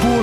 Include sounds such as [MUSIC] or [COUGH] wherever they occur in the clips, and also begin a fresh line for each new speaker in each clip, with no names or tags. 波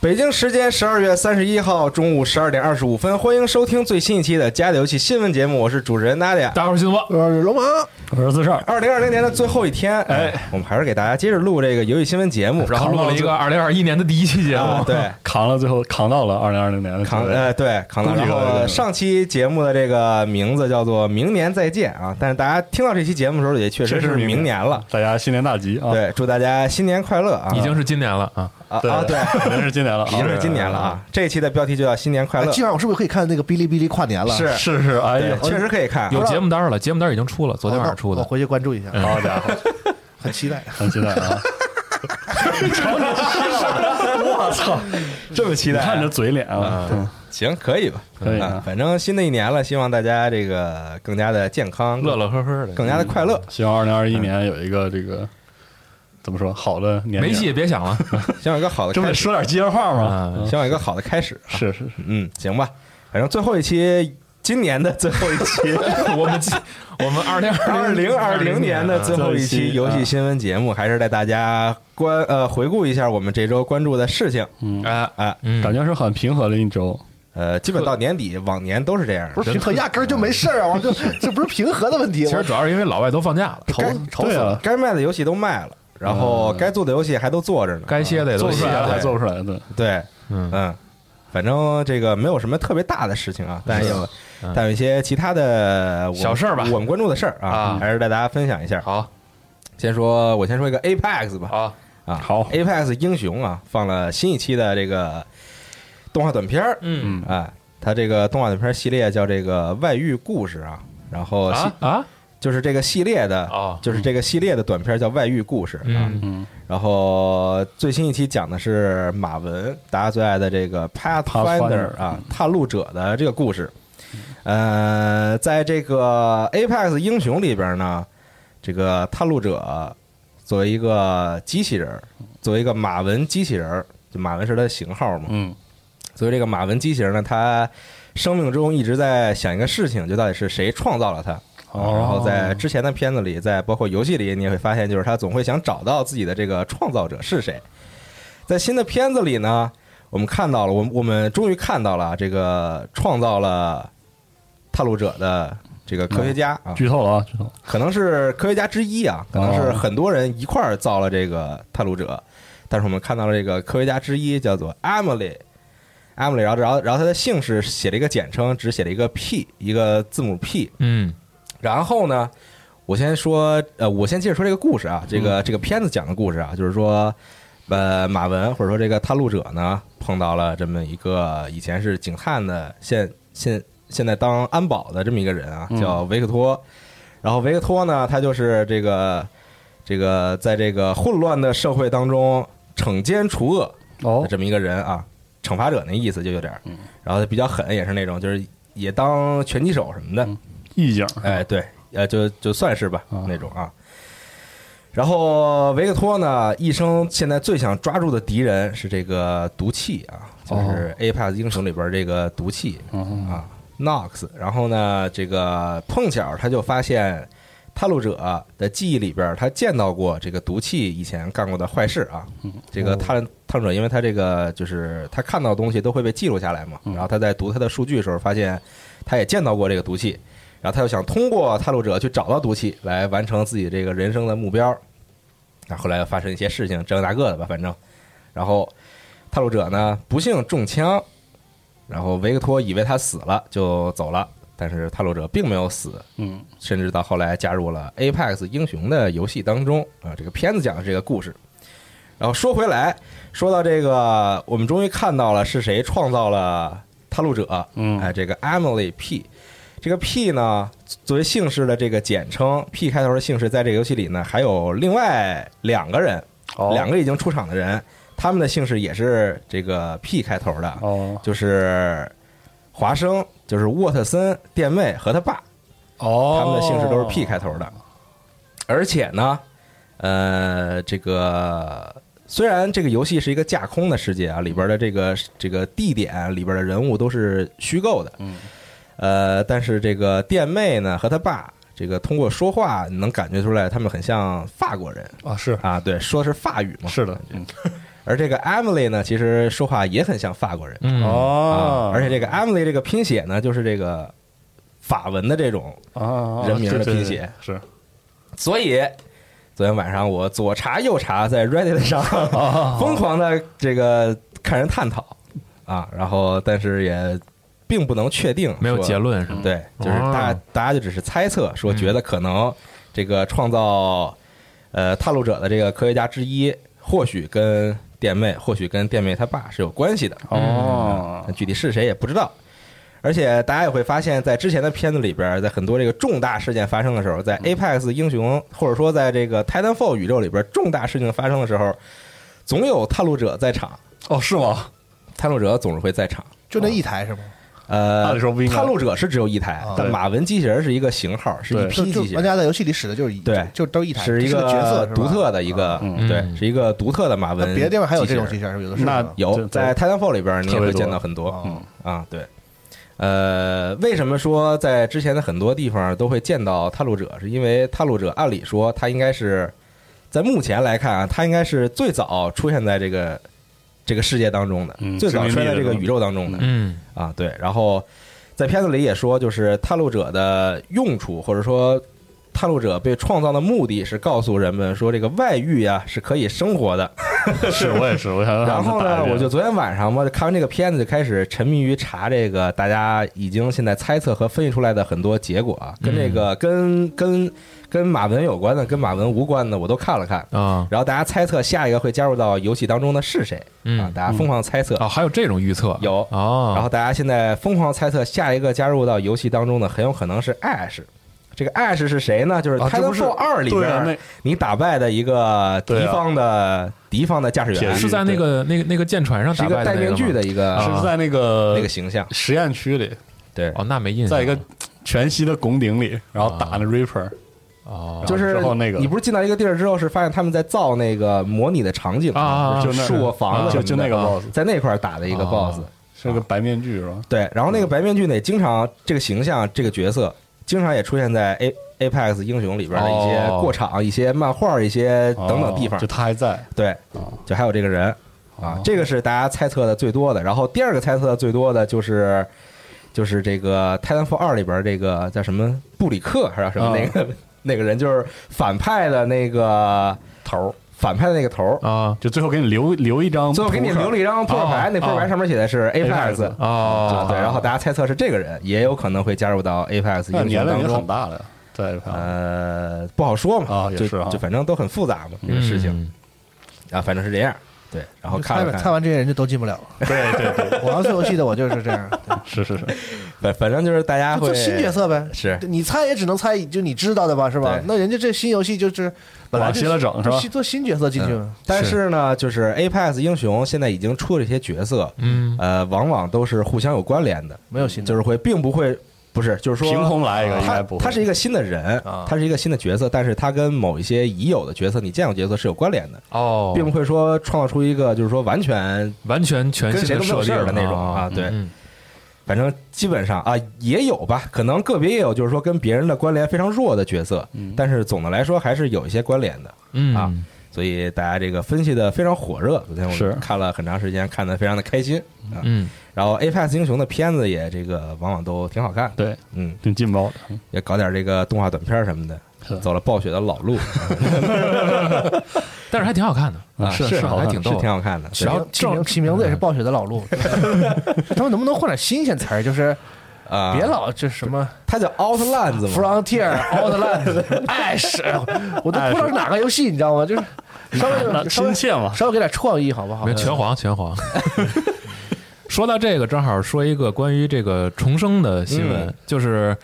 北京时间十二月三十一号中午十二点二十五分，欢迎收听最新一期的《家里游戏新闻节目》，我是主持人娜姐。
大伙儿新闻，
我是龙马，
我是四十二。
二零二零年的最后一天，哎，我们还是给大家接着录这个游戏新闻节目，
然后录了一个二零二一年的第一期节目，
啊、 [LAUGHS] 对，
扛了最后扛到了二零二零年的
扛，呃，对，扛到。然后上期节目的这个名字叫做“明年再见”啊，但是大家听到这期节目的时候，也确实
是
明年了。
大家新年大吉啊！
对，祝大家新年快乐啊！
已经是今年了啊。
啊
对
啊，对，
已经是今年了，
已经是今年了啊！这一期的标题就叫“新年快
哎
乐
今晚我是不是可以看那个哔哩哔哩跨年了？”，
呃是，
是是，哎
对
呀，，
确实可以看。啊
有节目单了，节目单已经
哦
出了，昨天晚上出
我
的。
回去关注一下，
嗯
好
[LAUGHS]
家伙，
很期待。
很期待啊！我操，
这么期
你
待啊，
看你这嘴脸啊！嗯
行，可以吧？
可以
啊，反正新的一年了，希望大家这个更加的健康，
乐乐呵呵的，
更加的快乐。
希望二零
嗯
二一年有一个这个怎么说好的年龄，
没戏也别想
[LAUGHS]
了
希望有一个好的
这不
开
得
始，嗯
说点吉祥话吗？
啊！
希望有一个好的开始。
是是是，
嗯，行吧，反正最后一期，今年的最后一 [LAUGHS] 期，
我们我们二零
二零二零年的最后一期游戏
啊
新闻节目，还是带大家关呃回顾一下我们这周关注的事情。
嗯，
啊
啊
嗯，
感觉是很平和的一周，
呃，基本到年底，往年都是这样。
不是平和，压根儿就没事儿啊！我就这不是平和的问题，
[LAUGHS]
其实主要是因为老外都放假了，
愁愁
对
死了。
啊，
该卖的游戏都卖了，然后该做的游戏还都做着呢。
该歇的也
啊做
都
不出来
歇
对
了，还
了。
做不出来的，
对，
嗯
嗯，反正这个没有什么特别大的事情啊，但有
嗯
但有一些其他的我们
小事儿吧
我们关注的事儿啊
啊，
还是带大家分享一下。
好
先说，我先说一个 Apex 吧，
好，
啊，
好
，Apex 英雄啊，放了新一期的这个动画短片儿，
嗯
嗯
啊，它这个动画短片系列叫这个外遇故事啊，然后系
啊啊
就是这个系列的
哦，
就是这个系列的短片叫外遇故事啊，
嗯
嗯，
然后最新一期讲的是马文，大家最爱的这个 Pathfinder
Pathfinder
啊，探路者的这个故事。呃，在这个 Apex 英雄里边呢，这个探路者作为一个机器人儿，作为一个马文机器人儿，就马文是他的型号嘛，
嗯
所以这个马文机器人呢，他生命中一直在想一个事情，就到底是谁创造了他。啊
哦
然后在之前的片子里，在包括游戏里，你也会发现，就是他总会想找到自己的这个创造者是谁。在新的片子里呢，我们看到了，我们我们终于看到了这个创造了探路者的这个科学家啊，
剧透了啊，剧透了，
可能是科学家之一啊，可能是很多人一块儿造了这个探路者，但是我们看到了这个科学家之一叫做 Emily。Emily，然后然后然后他的姓氏写了一个简称，只写了一个 P，一个字母 P。
嗯
然后呢，我先说，呃，我先接着说这个故事啊，这个这个片子讲的故事啊，就是说，呃，马文或者说这个探路者呢，碰到了这么一个以前是警探的现现现在当安保的这么一个人啊，叫维克托。然后维克托呢，他就是这个这个在这个混乱的社会当中惩奸除恶的
哦，
这么一个人啊，惩罚者那意思就有点儿。然后他比较狠，也是那种就是也当拳击手什么的。
意境，
哎，对，呃，就就算是吧
啊
那种啊。然后维克托呢，一生现在最想抓住的敌人是这个毒气啊，就
哦
是 Apex 英雄里边这个毒气
嗯，
啊，Nox。然后呢，这个碰巧他就发现探路者的记忆里边，他见到过这个毒气以前干过的坏事啊。
嗯
这
哦
个探探路者，因为他这个就是他看到的东西都会被记录下来嘛，
嗯
然后他在读他的数据的时候，发现他也见到过这个毒气，然后他又想通过探路者去找到毒气，来完成自己这个人生的目标。那后来又发生一些事情，这个那个的吧，反正，然后探路者呢不幸中枪，然后维克托以为他死了就走了，但是探路者并没有死，
嗯，
甚至到后来加入了 Apex 英雄的游戏当中啊。这个片子讲的这个故事。然后说回来，说到这个，我们终于看到了是谁创造了探路者，
嗯
哎，这个 Emily P，这个 P 呢作为姓氏的这个简称，P 开头的姓氏在这个游戏里呢还有另外两个人，
哦
两个已经出场的人，他们的姓氏也是这个 P 开头的，
哦，
就是华生，就是沃特森电妹和他爸，
哦
他们的姓氏都是 P 开头的。而且呢，呃，这个虽然这个游戏是一个架空的世界啊，里边的这个这个地点里边的人物都是虚构的，
嗯，
呃，但是这个店妹呢和他爸。这个通过说话能感觉出来，他们很像法国人
啊，是
啊，对，说是法语嘛。
是的，嗯，
而这个 Emily 呢，其实说话也很像法国人
嗯，
哦
啊，而且这个 Emily 这个拼写呢，就是这个法文的这种
啊
人名的
对对
拼
对
写
是
所以昨天晚上我左查右查，在 Reddit 上
哦
[LAUGHS] 疯狂的这个看人探讨啊，然后但是也并不能确定，
没有结
论。
论是吗？
对，就是大
哦
大家就只是猜测，说觉得可能这个创造呃探路者的这个科学家之一，或许跟电妹，或许跟电妹他爸是有关系的。
哦
啊那具体是谁也不知道。而且大家也会发现，在之前的片子里边，在很多这个重大事件发生的时候，在
嗯
Apex 英雄或者说在这个 Titanfall 宇宙里边，重大事情发生的时候，总有探路者在场，
哦，是吗？
探路者总是会在场。
就那一台是吗？
呃，
按理说不应该
探路者是只有一台
啊，
但
对
马文机器人是一个型号，是一
对
就
批
就
机器
玩
人，
家在游戏里使的就是一
对
就都一台，
是一
个角色
个
是吧啊
独特的一个，
嗯
对，
嗯
是一个独特的马
那
文。
别的地方还有这种
机器
机
人，
器人是有的是
那
吗
有
对
在 Titanfall 里边你也
特别
会
多
见到很多
哦
啊，对。呃，为什么说在之前的很多地方都会见到探路者？是因为探路者按理说他应该是在目前来看啊，他应该是最早出现在这个这个世界当中的，
嗯
最早出现在
殖民地
这个
的
宇宙当中的。
嗯，
啊，对。然后在片子里也说，就是探路者的用处，或者说探路者被创造的目的是告诉人们说，这个外遇呀、是可以生活的。
是我也是，我想让他
然后呢
打，一遍
我就昨天晚上嘛，就看完这个片子就开始沉迷于查这个大家已经现在猜测和分析出来的很多结果啊，跟这
嗯
个跟跟跟马文有关的，跟马文无关的，我都看了看。
啊，
然后大家猜测下一个会加入到游戏当中的是谁啊
嗯？，
大家疯狂猜测
哦，还有这种预测
有
哦，
然后大家现在疯狂猜测，下一个加入到游戏当中的很有可能是 Ash。这个 Ash 是谁呢？就是
啊这不是
Titanfall 二里
对啊
边
那
你打败的一个敌
对啊
方的敌方的驾驶
铁
员，
律
是在那个那个那个舰船上
是一
打
个
败
戴
那
面
个
具
吗
的一个
啊
是在那个
那个形嗯象。
实验区里，
对，
哦，那没印象，
在一个全息的拱顶里，然后打那 Reaper，
哦，
啊就
然
是
后之后那个
你不是进到一个地儿之后，是发现他们在造那个模拟的场景吗
啊啊啊
就是
就那
树啊、
儿
房子
啊
什么的，
就就那个 boss
在那块儿打的一个
啊
BOSS。
是个白面具是吧？
对，然后那个白面具呢，也经常这个形象、这个角色，经常也出现在 A Apex 英雄里边的一些
哦
过场、一些漫画、一些啊等等地方。
哦就他还在，
对，就还有这个人啊
哦，
这个是大家猜测的最多的。然后第二个猜测的最多的就是。就是这个《Titanfall 二》里边这个叫什么布里克还是叫什么
啊
那个、 [LAUGHS] 那个人，就是反派的那个头，反派的那个头儿，
啊
就最后给你留留一张扑克，
最后给你留了一张扑克牌，
哦
那扑克牌
哦
上面写的是 Apex，、
Apex
啊，，
哦
对，然后大家猜测是这个人，也有可能会加入到 Apex
那
英
年
雄当
龄也很
中。啊
大了，在这盘
呃，不好说嘛，
啊也
就是
啊
就反正都很复杂嘛，这个事情
嗯
啊，反正是这样。对，然后
就
看
猜
了
吧，
看
猜，完这些人就都进不了
[LAUGHS]
了。
对对对，
我要做游戏的，我就是这样，
是是是，
反反正就是大家
就
会
做新角色呗。
是
你猜也只能猜就你知道的吧，是吧
对？
那人家这新游戏就是本来就
往新了整是吧
就新做新角色进去嘛，
嗯但是呢，就是 Apex 英雄现在已经出了这些角色，
嗯
呃，往往都是互相有关联的，
没有新的
就是会并不会不是，就是说
凭空来一个应该
他
不会，
他是一个新的人
啊，
他是一个新的角色，但是他跟某一些已有的角色，你见过角色是有关联的，
哦，
并不会说创造出一个就是说完全，
完全全
跟
新
谁都
的
没有
设定
事儿的那种
啊
啊对
嗯
反正基本上啊也有吧，可能个别也有就是说跟别人的关联非常弱的角色，但是总的来说还是有一些关联的。
嗯
啊所以大家这个分析的非常火热，昨天我
是
们看了很长时间，看的非常的开心啊。
嗯，
然后 Apex 英雄的片子也这个往往都挺好看，
对，
嗯，
挺劲爆的，嗯
也搞点这个动画短片什么的，
是
走了暴雪的老路
但是还挺好看的
啊是
是
是好看
还挺
是
逗的，
挺好看的。
起
然后
名起名
正
起名字也是暴雪的老路， [LAUGHS] 他们能不能换点新鲜词儿？就是
啊，
别老这什么
它叫 Outlands 嘛，
Frontier、Outland、Ash，我都不知道是哪个游戏，你知道吗？就是稍
那
微稍微
亲切嘛，
稍微给点创意，好不好
没？拳皇拳皇。 [LAUGHS] 说到这个，正好说一个关于这个重生的新闻，
嗯
就是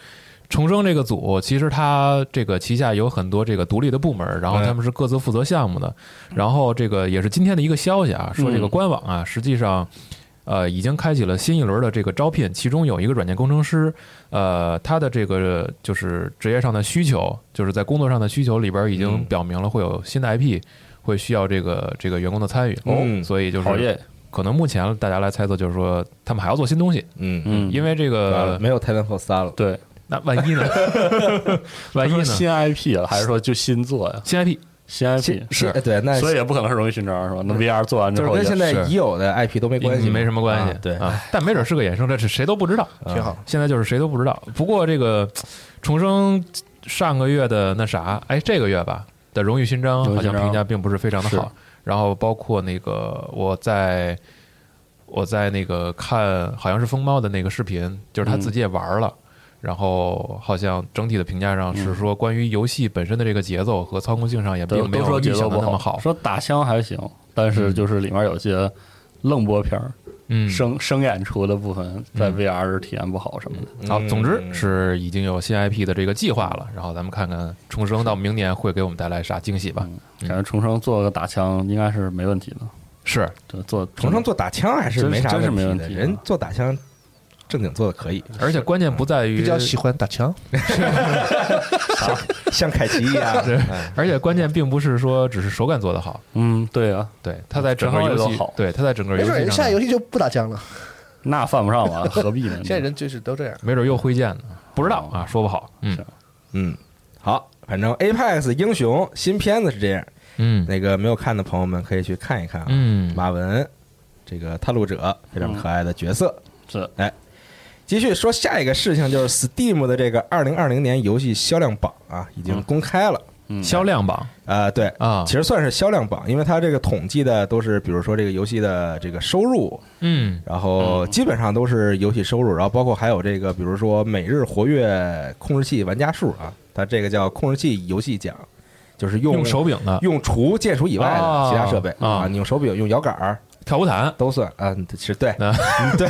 重生这个组，其实它这个旗下有很多这个独立的部门，然后他们是各自负责项目的。然后这个也是今天的一个消息啊，说这个官网啊，实际上。呃，已经开启了新一轮的这个招聘，其中有一个软件工程师，呃，他的这个就是职业上的需求，就是在工作上的需求里边已经
嗯
表明了会有新的 IP，、会需要这个这个员工的参与，哦
嗯
所以就是
好耶，
可能目前大家来猜测，就是说他们还要做新东西，
嗯，
嗯，
因为这
呃，
个
没有 Titanfall 三了，
对，
那万一
[LAUGHS]
呢？万一
是
呢？
新 IP 了，还是说就新做呀？
新 IP
新 IP
是哎对，那
所以也不可能是荣誉勋章是吧？那 VR 做完之
就是
后也
跟现在
是
已有的 IP 都没关系，
没什么关系
啊，对
嗯啊，但没准是个衍生，这是谁都不知道。
挺好。
现在就是谁都不知道。不过这个重生上个月的那啥，哎，这个月吧的荣誉勋章
荣誉
好
勋
像
章
评价并不是非常的
是
好。然后包括那个我在我在那个看好像是疯猫的那个视频，就是他自己也玩了。然后好像整体的评价上是说，关于游戏本身的这个节奏和操控性上也
都
并没
都说
有
节
预
奏
想的
不
那么
说打枪还行，但是就是里面有些愣播片儿、
嗯，
生生演出的部分，在 VR 是体验不好什么的。
好，
嗯
总之是已经有新 IP 的这个计划了。然后咱们看看重生到明年会给我们带来啥惊喜吧。
感觉重生做个打枪应该是没问题的，
是，
对，做
重生做打枪还是
真
没啥
真是没
问
问
的，
题啊
人做打枪正经做的可以，
而且关键不在于
比较喜欢打枪，
像凯奇一样，啊
而且关键并不是说只是手感做得好，
嗯，对啊，
对，它在整
整个
游
游
戏
戏好
对，它在整个
没
游
准人
戏
下
上
在
呢，
游戏就不打枪了。
那犯不上吧，何必呢？
现在人就是都这样。
没准又挥剑呢，不知道啊，说不好。嗯
是
嗯，好，反正 Apex 英雄新片子是这样，
嗯
那个没有看的朋友们可以去看一看啊。
嗯
马文这个探路者非常可爱的角色。哎
是
继续说下一个事情，就是 Steam 的这个二零二零年游戏销量榜啊，已经公开了。
销量榜
呃，对
啊
其实算是销量榜，因为它这个统计的都是，比如说这个游戏的这个收入，
嗯
然后基本上都是游戏收入，然后包括还有这个，比如说每日活跃控制器玩家数啊，它这个叫控制器游戏奖，就是用
用手柄的
用除键鼠以外的
啊
其他设备
啊
啊，你用手柄、用摇杆儿
跳舞毯，
都算啊，是对
啊
对，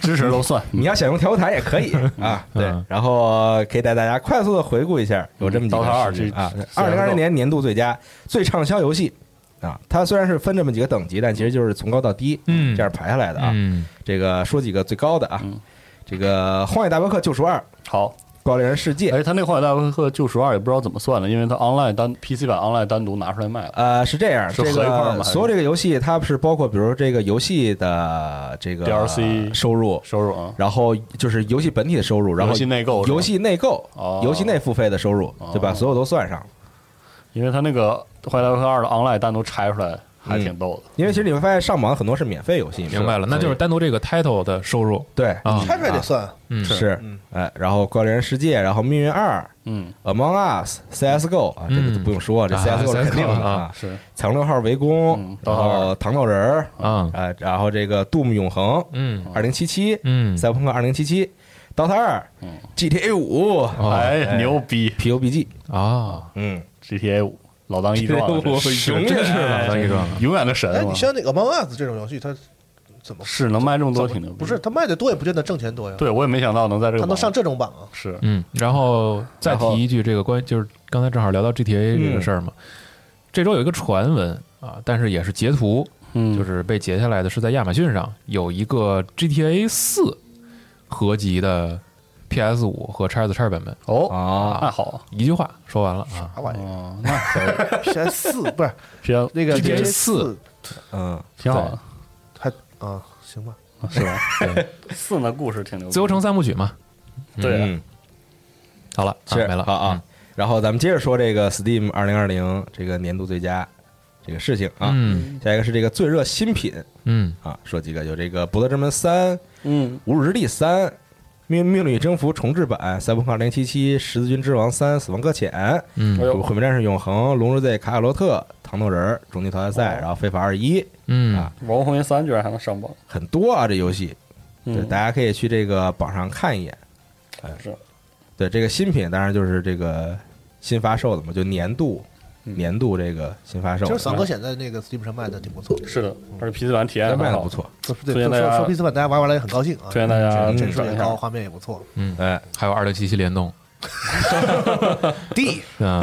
支持都算，
你要想用调弹也可以啊，对
嗯。
然后可以带大家快速的回顾一下，有这么几
刀塔
个
二
事情啊
这，
二零二零年年度最佳最畅销游戏啊，它虽然是分这么几个等级，但其实就是从高到低
嗯
这样排下来的啊。
嗯
这个说几个最高的啊，
嗯
这个《荒野大镖客：救赎二》《
好。
怪猎人世界》
哎，他那个《荒野大镖客：救赎二》也不知道怎么算的，因为他 online 单 PC 版 online 单独拿出来卖了，
呃，是这样，
是
这
合一块儿吗
个
还是
所有这个游戏，它是包括比如说这个游戏的这个
DLC
收入，
收入啊，
然后就是游戏本体的收入，然后
游戏内购是吧
游戏内购
哦、
游戏内付费的收入，对吧？
哦
所有都算上了。
因为他那个《荒野大镖客二》的 online 单独拆出来，还挺逗的。
因为其实你会发现，上榜很多是免费游戏，
明白了，那就是单独这个 title 的收入
对，
啊，
拆出来得算，
嗯
是，哎，然后《怪猎人世界》，然后《命运二
嗯，》
，Among Us、CS:GO 啊，这个都
嗯
不用说，这
啊
CS:GO 是肯定的
CS:GO
啊。
是
彩虹六号围攻
嗯，
然
盗号
后糖豆人儿，
啊，
啊，然后这个 Doom 永恒，
嗯
二零七七，
嗯
赛博朋克二零七七，DOTA 二，GTA 五
哦
哎，牛逼
，PUBG，
啊，
嗯，
！GTA 五老当益 [LAUGHS]
[LAUGHS]
壮啊，
我
这
永
真是
远
老当益壮啊。
永远的神
哎，
嘛
你像那个 Among Us 这种游戏，它怎么
是能卖这么
怎
多
么
挺牛逼，
不是，它卖的多也不见得挣钱多呀，
对我也没想到能在这个
它能
网
上这种榜啊。
是
嗯，然后再
然后嗯
提一句，这个关于就是刚才正好聊到 GTA 这个事儿嘛，这周有一个传闻啊，但是也是截图，
嗯
就是被截下来的是在亚马逊上有一个 GTA 四合集的 PS 五和 x S 叉版本，
哦，
啊，
那好啊
一句话说完了啊。
啥玩意
哦，那可 [LAUGHS] 以
儿？PS 四不是
偏
那个
GTA
四
嗯，
挺好的，
还啊行吧，
是吧？
对，
四呢故事挺牛逼，
自由城三部曲嘛，
对啊
嗯，
好了，啊
是
没了
好啊。然后咱们接着说这个 Steam 二零二零这个年度最佳这个事情啊，
嗯
下一个是这个最热新品
嗯
啊，说几个有这个《博德之门三》《
嗯，
无主之地三》《命命令与征服》重置版《赛博朋克2077》《十字军之王三》《死亡搁浅》
嗯
《毁灭战士永恒》《龙之 Z》《卡卡罗特》《糖豆人儿》《终极淘汰赛》然后《非法二一》
嗯
啊，
王红云三居然还能上榜，
很多啊，这游戏，对，
嗯
大家可以去这个榜上看一眼。哎
是
对，这个新品当然就是这个新发售的嘛，就年度年度这个新发售
其
的。
实散哥现在那个 Steam 上卖的挺不错，
是的，而且 PC 版体验
哎
也
卖
很
的
好，
不，错，
就是对，
推荐
说
大家
说 PC 版大家玩完了也很高兴啊，
推荐大家嗯
帧
去
数
转
也
一
高，
下。
画面也不错。
哎，
还有二六七七联动，
D
[LAUGHS]
嗯，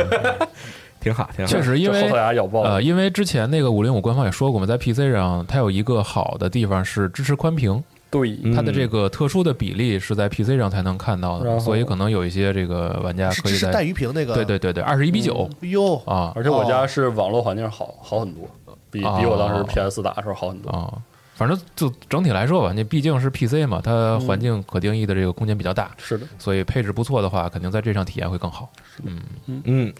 挺好，挺好。
确实因
这
为
后头牙咬爆了
呃，，因为之前那个五零五官方也说过嘛，在 PC 上它有一个好的地方是支持宽屏，
对，
嗯
它的这个特殊的比例是在 PC 上才能看到
然后
的，所以可能有一些这个玩家
是啊
可
支
以
持带
在
鱼屏那个，哎
对对对对二十一比九
哟，
啊
而且我
哦
家是网络环境好好很多，比比我当时
哦
PS 打的时候好很多。
啊，反正就整体来说吧，那毕竟是 PC 嘛，它环境可定义的这个空间比较大，
是的，
所以配置不错的话，肯定在这上体验会更好。
嗯，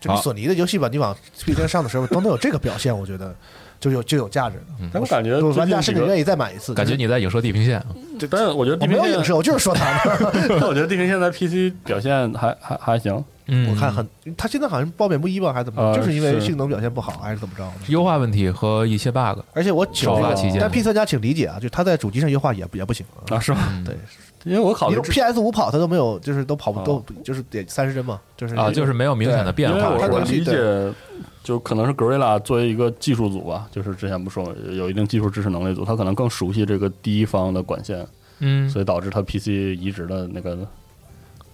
就
啊
比索尼的游戏版你往 PC 上的时候都能有这个表现，我觉得就有就有价值了。
但我感觉
就
最
玩家
近
甚
几
至
个，
愿意再买一次。
嗯感觉
就是
你在影射地平线，啊
但是我觉得
我
地
没
平
有影
线，
射，我就是说他们。
但我觉得地平线在 PC 表现还还还行，
[LAUGHS] 嗯，
我看很，他现在好像褒贬不一吧，还是怎么
呃
着？就是因为
是
性能表现不好，还是怎么着的？
优化问题和一些 bug，
而且我请
首
这
发
个，
期间
但 P 三加请理解啊，就他在主机上优化也也不行啊。
啊，是吗？
嗯
对，
因为我考
你
虑
说
之
P S 五跑他都没有，就是都跑不
哦
都就是得三十帧嘛，就是
啊，就是没有明显的变
因为
化。
它
我
的
我
游戏
理解，就可能是 Gorilla 作为一个技术组吧，就是之前不说有一定技术支持能力组，他可能更熟悉这个第一方的管线，
嗯
所以导致他 PC 移植的那个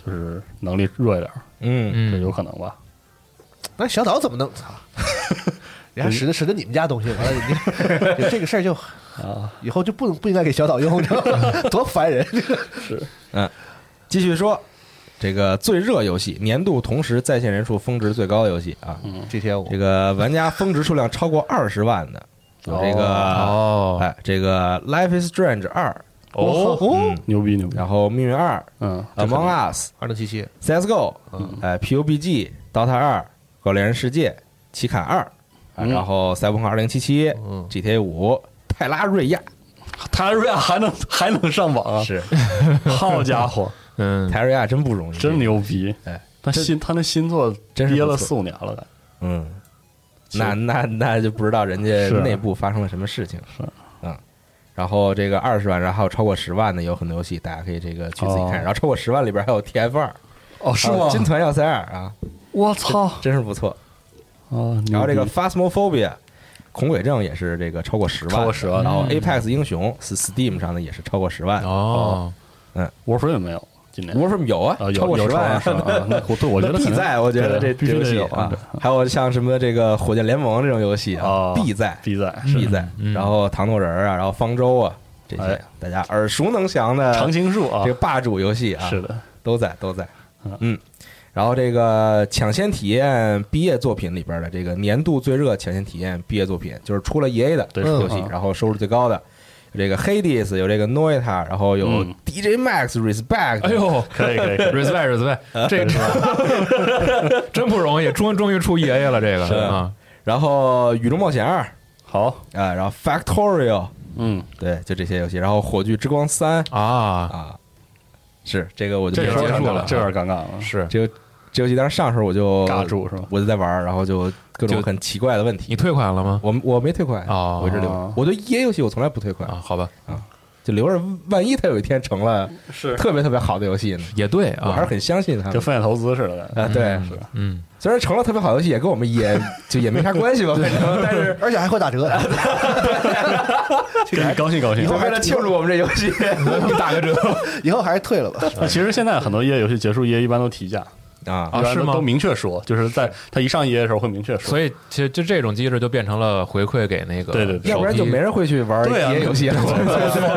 就是能力弱一点儿，
嗯，
这有
嗯，
可能吧？
那小岛怎么弄？
[LAUGHS]
操！人家使的使的你们家东西，完了
[LAUGHS]
你有这个事儿就
啊，
以后就不不应该给小岛用，你知
[LAUGHS]
道吗？多烦人！
继续说这个最热游戏，年度同时在线人数峰值最高的游戏啊，
嗯
[LAUGHS] GTA 五
这个玩家峰值数量超过二十万的，有这个
哦，
哎，这个《Life is Strange 二》
哦
嗯，
牛逼牛逼，
然后《命运二
嗯》，
《Among Us》
二零七七，
CSGO，哎，PUBG、DOTA 二、狗猎人世界、奇坎二，啊
嗯
然后赛博朋克二零七七、GTA 五、泰拉瑞亚，
泰瑞亚还能还能上榜啊？
是
好家伙，
[LAUGHS]
嗯，
泰拉瑞亚真不容易，
真牛逼！
哎，
他新他那新作
真是不
憋了
错
四五年了，感觉
嗯，那那那就不知道人家
是
内部发生了什么事情
是
嗯。然后这个二十万，然后还有超过十万的有很多游戏，大家可以这个去自己看。
哦
然后超过十万里边还有 TF 二，
哦，是
还有
吗？
金团幺三二啊，
我操！
真是不错。
啊，
然后这个
牛逼
Phasmophobia 恐鬼症也是这个超过十万的，
超过10万
然后
嗯
Apex 英雄是 Steam 上的也是超过十万。
哦，
Warframe 没有今年。
我说有啊
啊，，有
超过
有
十万啊
超。过10啊！那我对我觉得
那必
肯定
在，我觉得这
对必须
游
得
戏
有
啊
对，
还有像什么这个火箭联盟这种游戏啊
哦，
必在
必在是
嗯必在。然后糖豆人啊，然后方舟啊，这些
哎
大家耳熟能详的
常青树啊
这个，霸主游戏啊，
是的，
都在都在，嗯。然后这个抢先体验毕业作品里边的这个年度最热抢先体验毕业作品，就是出了 EA 的
对
嗯
游戏
啊，
然后收入最高的。有这个 Hades 有这个 Noita，然后有
嗯
DJ Max Respect，
哎呦
可以可以可以，嗯
，respect respect，这个 [LAUGHS]
[LAUGHS]
真不容易，终终于出爷爷了，这个啊，
然后《雨中冒险二》
好，
啊，然后 Factorial，
嗯，
对，就这些游戏。然后《火炬之光三》
啊，
啊，是这个我就
这
没
也
说
结
了
束了
这有点尴尬了，
是
这个这游戏当时上的时候我就
尬住是吧？
我就在玩儿，然后就各种
就
很奇怪的问题。
你退款了吗？
我我没退款
哦
我一直留着。我对 EA 游戏我从来不退款
啊，，好吧，
就留着，万一它有一天成了
是
特别特别好的游戏呢？
也对
我还是
啊，
很相信它
跟
的。
风险投资似的。
啊，对，
是
嗯，
虽然成了特别好游戏，也跟我们也就也没啥关系吧，反正，但是
而且还会
[LAUGHS]
打折。
给你高兴高兴
以。后为了庆祝我们这游戏，打个折
以后还是退了吧。
那其实现在很多 EA 游戏结束，EA 一般都提价，
啊
啊
一般
是
都
吗
都明确说，就是在它一上 EA 的时候会明确说。
[LAUGHS] 所以其实就这种机制就变成了回馈给那个，
对对对
要不然就没人会去玩
对啊
EA 游戏了。
疯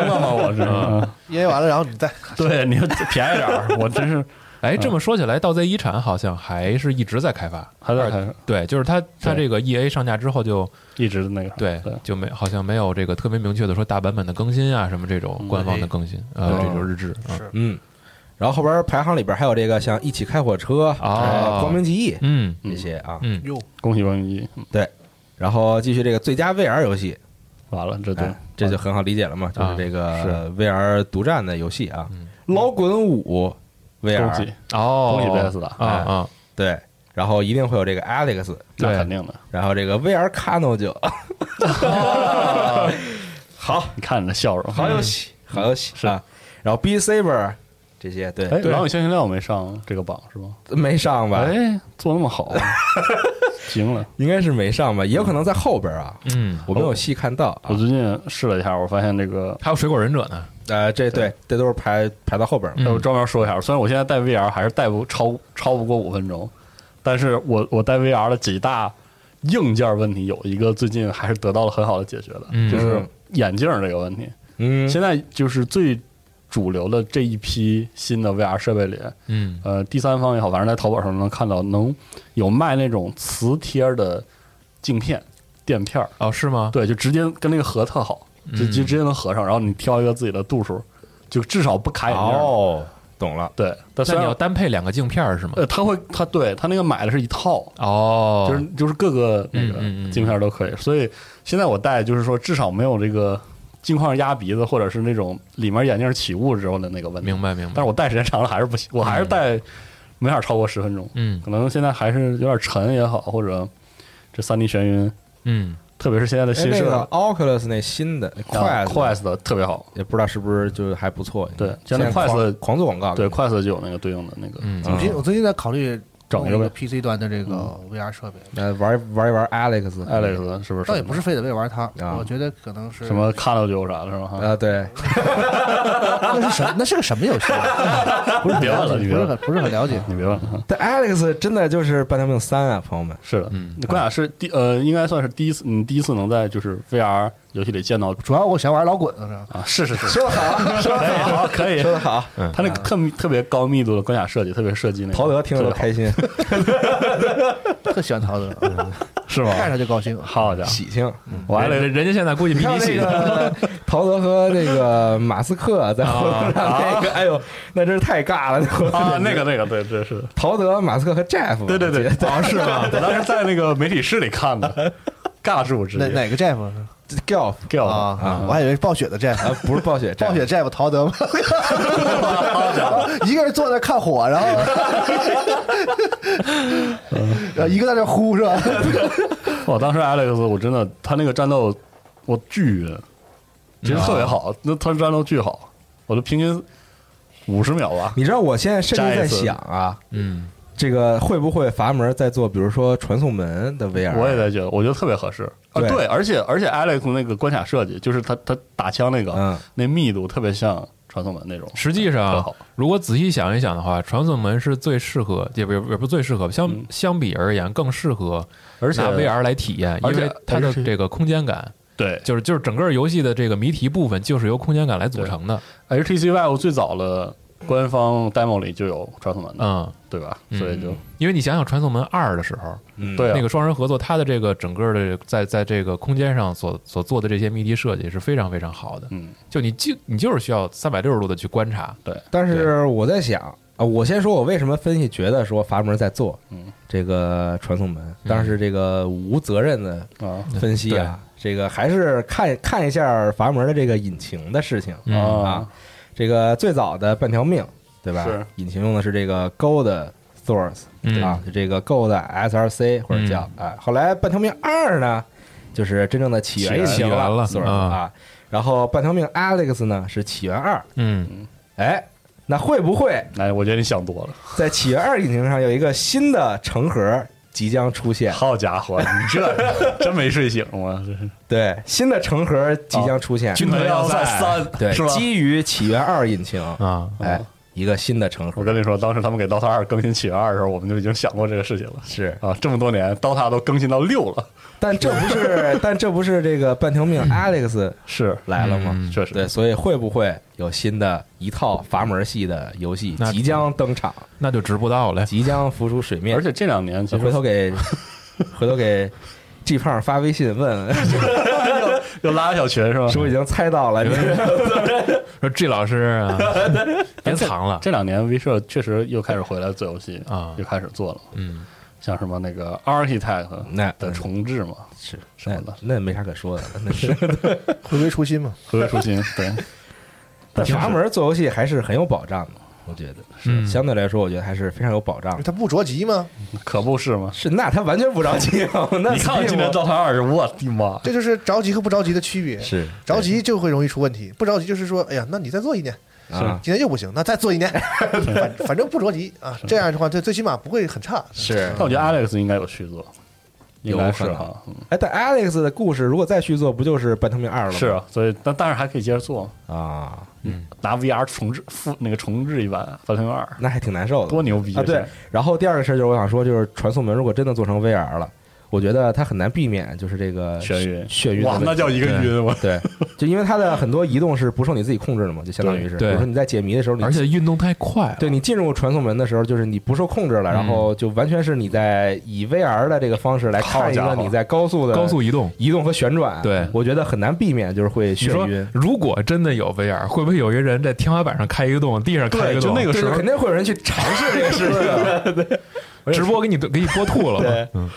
了吗？我是， [LAUGHS] 嗯
因为完了，然后你再
对，你就便宜点儿，我真是
哎，这么说起来，《盗贼遗产》好像还是一直在开发，
还在
而
还是
对，就是它它
对
这个 E A 上架之后就
一直那个啥
对
对
就没好像没有这个特别明确的说大版本的更新啊什么这种官方的更新，呃，这就是日志啊，
嗯，然后后边排行里边还有这个像《一起开火车》
啊
呃光明记忆》
嗯
这些啊。
嗯，
恭喜光一，嗯
对，然后继续这个最佳 VR 游戏，
完了，这对
哎，这就很好理解了嘛，就是这
啊
个 VR 独占的游戏啊，《老滚五》
恭喜
VR
哦，
恭喜贝斯的
啊啊，
对，然后一定会有这个 Alex，
那
对
肯定的。
然后这个 VR Cano 九，好
你看你的笑容，哎
好游戏， [LAUGHS] 好游戏
是
啊，然后 B Saber 这些对
哎，
对
狼与星星料没上这个榜是吗？
没上吧？
哎，做那么好，行了。
应该是没上吧，也有可能在后边啊，
嗯，
我没有细看到啊
我。最近试了一下，我发现这个，
还有水果忍者呢，
呃，这对这都是排排到后边了
嗯
哎我专门说一下，虽然我现在戴 VR 还是戴不超超不过五分钟，但是我我戴 VR 的几大硬件问题有一个最近还是得到了很好的解决的，
嗯
就是眼镜这个问题。
嗯，
现在就是最主流的这一批新的 VR 设备里，
嗯
呃，第三方也好，反正在淘宝上能看到能有卖那种磁贴儿的镜片、垫片儿，
哦是吗？
对，就直接跟那个合特好，
嗯
就就直接能合上，然后你挑一个自己的度数，就至少不卡眼镜儿。
哦，懂了，
对，但虽
那你
然
要单配两个镜片儿是吗？
呃，他会他对他那个买的是一套，
哦，
就是就是各个那个
嗯嗯嗯
镜片都可以。所以现在我戴就是说至少没有这个镜框压鼻子或者是那种里面眼镜起雾之后的那个问题。
明白明白，
但是我戴时间长了还是不行，我还是戴没法超过十分钟。
嗯
可能现在还是有点沉也好，或者这三 D 眩晕，
嗯
特别是现在的
哎
新
那
式
个
的
Oculus 那新的
哦
快
快的特别好。
也不知道是不是就还不错。
对
现
像那
在狂
Quest-
狂做广告，
嗯
对，快色就有那个对应的那个，
嗯
我最近我最近在考虑
整一个
弄
呗嗯
PC 端的这个 VR 设备，
呃，玩一玩一玩 Alex
艾雷斯是不是？
倒也不是非得为玩它
啊，
我觉得可能是
什么看到就有啥的是吧？哈
呃
啊，对， [LAUGHS]
那是什么那是个什么游戏啊？
[LAUGHS] 不是别问了，嗯你别
不是
问
很
了，
不是很了解。
你别问了。哈
但 Alex 真的就是半条命三啊，朋友们，
是的，嗯，关雅是第呃，应该算是第一次，嗯你第一次能在就是 VR 游戏里见到
主要我想玩老滚子呢，
啊，是是嗯是，
说的好，说的好，
哎可以
说，的好，嗯
他那个特特别高密度的关卡设计，特别设计那个，
陶德听着都
特别好
开心，
特喜欢陶德，嗯
是吗？
看着就高兴。
好家伙，
喜
[LAUGHS]
庆。
我还
哎
得
人人家现在估计比
你看
你
那
[LAUGHS]
喜
个陶德和这个马斯克在活动上那个，哎呦，那真是太尬了那活动！
啊，那个那个，对，这是，
陶德、马斯克和 Jeff，
对对对
我觉得，
啊是吗？
[LAUGHS]
我当时在那个媒体室里看的，尬住直
哪
接
哪个 Jeff 啊
Golf
掉了，
啊？我还以为暴雪的 Jeff，
啊，不是暴雪，
暴雪 Jeff 陶 [LAUGHS] 德吗？一个人坐那儿看火， [LAUGHS] 然后然后一个在那儿呼是吧？
我当时 Alex，我真的他那个战斗我巨晕，其实特别好，那他战斗巨好，我的平均五十秒吧，
你知道我现在甚至在
摘一次
想啊，
嗯
这个会不会阀门在做，比如说传送门的 VR？
我也在觉得，我觉得特别合适。啊，
对
对，而且而且 Alex 那个关卡设计，就是他他打枪那个、
嗯
那密度特别像传送门那种。
实际
特
上
好，
如果仔细想一想的话，传送门是最适合，也不也不是最适合，相、
嗯
相比而言更适合
而且
拿 VR 来体验，因
而且
为它的
而且
这个空间感，
对
就是就是整个游戏的这个谜题部分就是由空间感来组成的。
HTC Vive 最早的官方 demo 里就有传送门的，
嗯，
对吧？
嗯
所以就、
因为你想想《传送门二》的时候，
嗯
对啊
那个双人合作，它的这个整个的在在这个空间上所所做的这些谜题设计是非常非常好的。
嗯，
就你就你就是需要三百六十度的去观察。
但是我在想啊，我先说我为什么分析觉得说阀门在做
嗯
这个传送门，但是这个无责任的
啊
分析啊，这个还是看看一下阀门的这个引擎的事情
嗯
啊。这个最早的半条命，对吧？
是
引擎用的是这个 Gold Source
嗯
啊，就这个 Gold SRC 或者叫啊。后来半条命二呢，就是真正的起源
起源
引擎
了
，Source
啊
啊。然后半条命 Alex 呢是起源二，
嗯，
哎，那会不会
哎，我觉得你想多了。
在起源二引擎上有一个新的成盒即将出现？
好家伙，你这 [LAUGHS] 真没睡醒吗？这是
对，新的成盒即将出现，
军团要塞三，
对
是吧，？
基于起源二引擎，
啊，
哎，一个新的成
我
盒
跟你说，当时他们给 DOTA 二更新起源二的时候，我们就已经想过这个事情了。
是，
啊，这么多年，DOTA 都更新到六了，
但这不是，但这不是这个半条命 Alex
是
来了吗？
嗯确实
对，所以会不会有新的一套阀门系的游戏
那
即将登 [LAUGHS] 场，
那就值不到了。
即将浮出水面？
而且这两年其实
回头 [LAUGHS] 给回头给 G 胖发微信问，
[LAUGHS] 又拉小群是吧？
说已经猜到了，你 [LAUGHS]
说 G 老师 [LAUGHS] 啊，别藏了，
这两年 V 社确实又开始回来做游戏
啊
又开始做了，
嗯，
像什么那个 Architect
那嗯
的重置嘛，
是
什么的
那那没啥可说的，那是
[LAUGHS] 回归初心嘛。
回归
[LAUGHS]
初心，对，
但阀门做游戏还是很有保障的，我觉得
嗯
相对来说，我觉得还是非常有保障的。
他不着急吗？
可不是吗？
是，那他完全不着 [LAUGHS] 急啊！ [LAUGHS] 那
你看我今年 DOTA 二十，我的妈！
这就是着急和不着急的区别。
是
着急就会容易出问题，不着急就是说，哎呀，那你再做一年，
啊，
今年又不行，那再 [LAUGHS] 做一年，反反正不着急啊。这样的话，最最起码不会很差。
是
但我觉得 Alex 应该有续作，应该是
有可
哈，嗯
哎，但 Alex 的故事如果再续作，不就是《半透明二》了吗？
是啊，所以但但是还可以接着做，
啊，
拿 VR 重置复那个重置一版《半零二》，
那还挺难受的，
多牛逼
啊！对
这，
然后第二个事儿就是我想说，就是传送门如果真的做成 VR 了，我觉得它很难避免就是这个
眩晕
眩晕的
哇，
问题
那叫一个晕我。
对，就因为它的很多移动是不受你自己控制的嘛，就相当于是，比
对对
如说你在解谜的时候，你
而且运动太快了，
对你进入传送门的时候，就是你不受控制
嗯
了，然后就完全是你在以 VR 的这个方式来看一
好
个
家伙
你在高速的
高速移动。
移动和旋转，
对
我觉得很难避免就是会
你说
眩晕。，
如果真的有 VR，会不会有一个人在天花板上开一个洞，地上开一
对，
个
就
洞？
那个
对
时
对
候
肯定会有人去尝试这个事情。
直播给你给你播吐了嘛，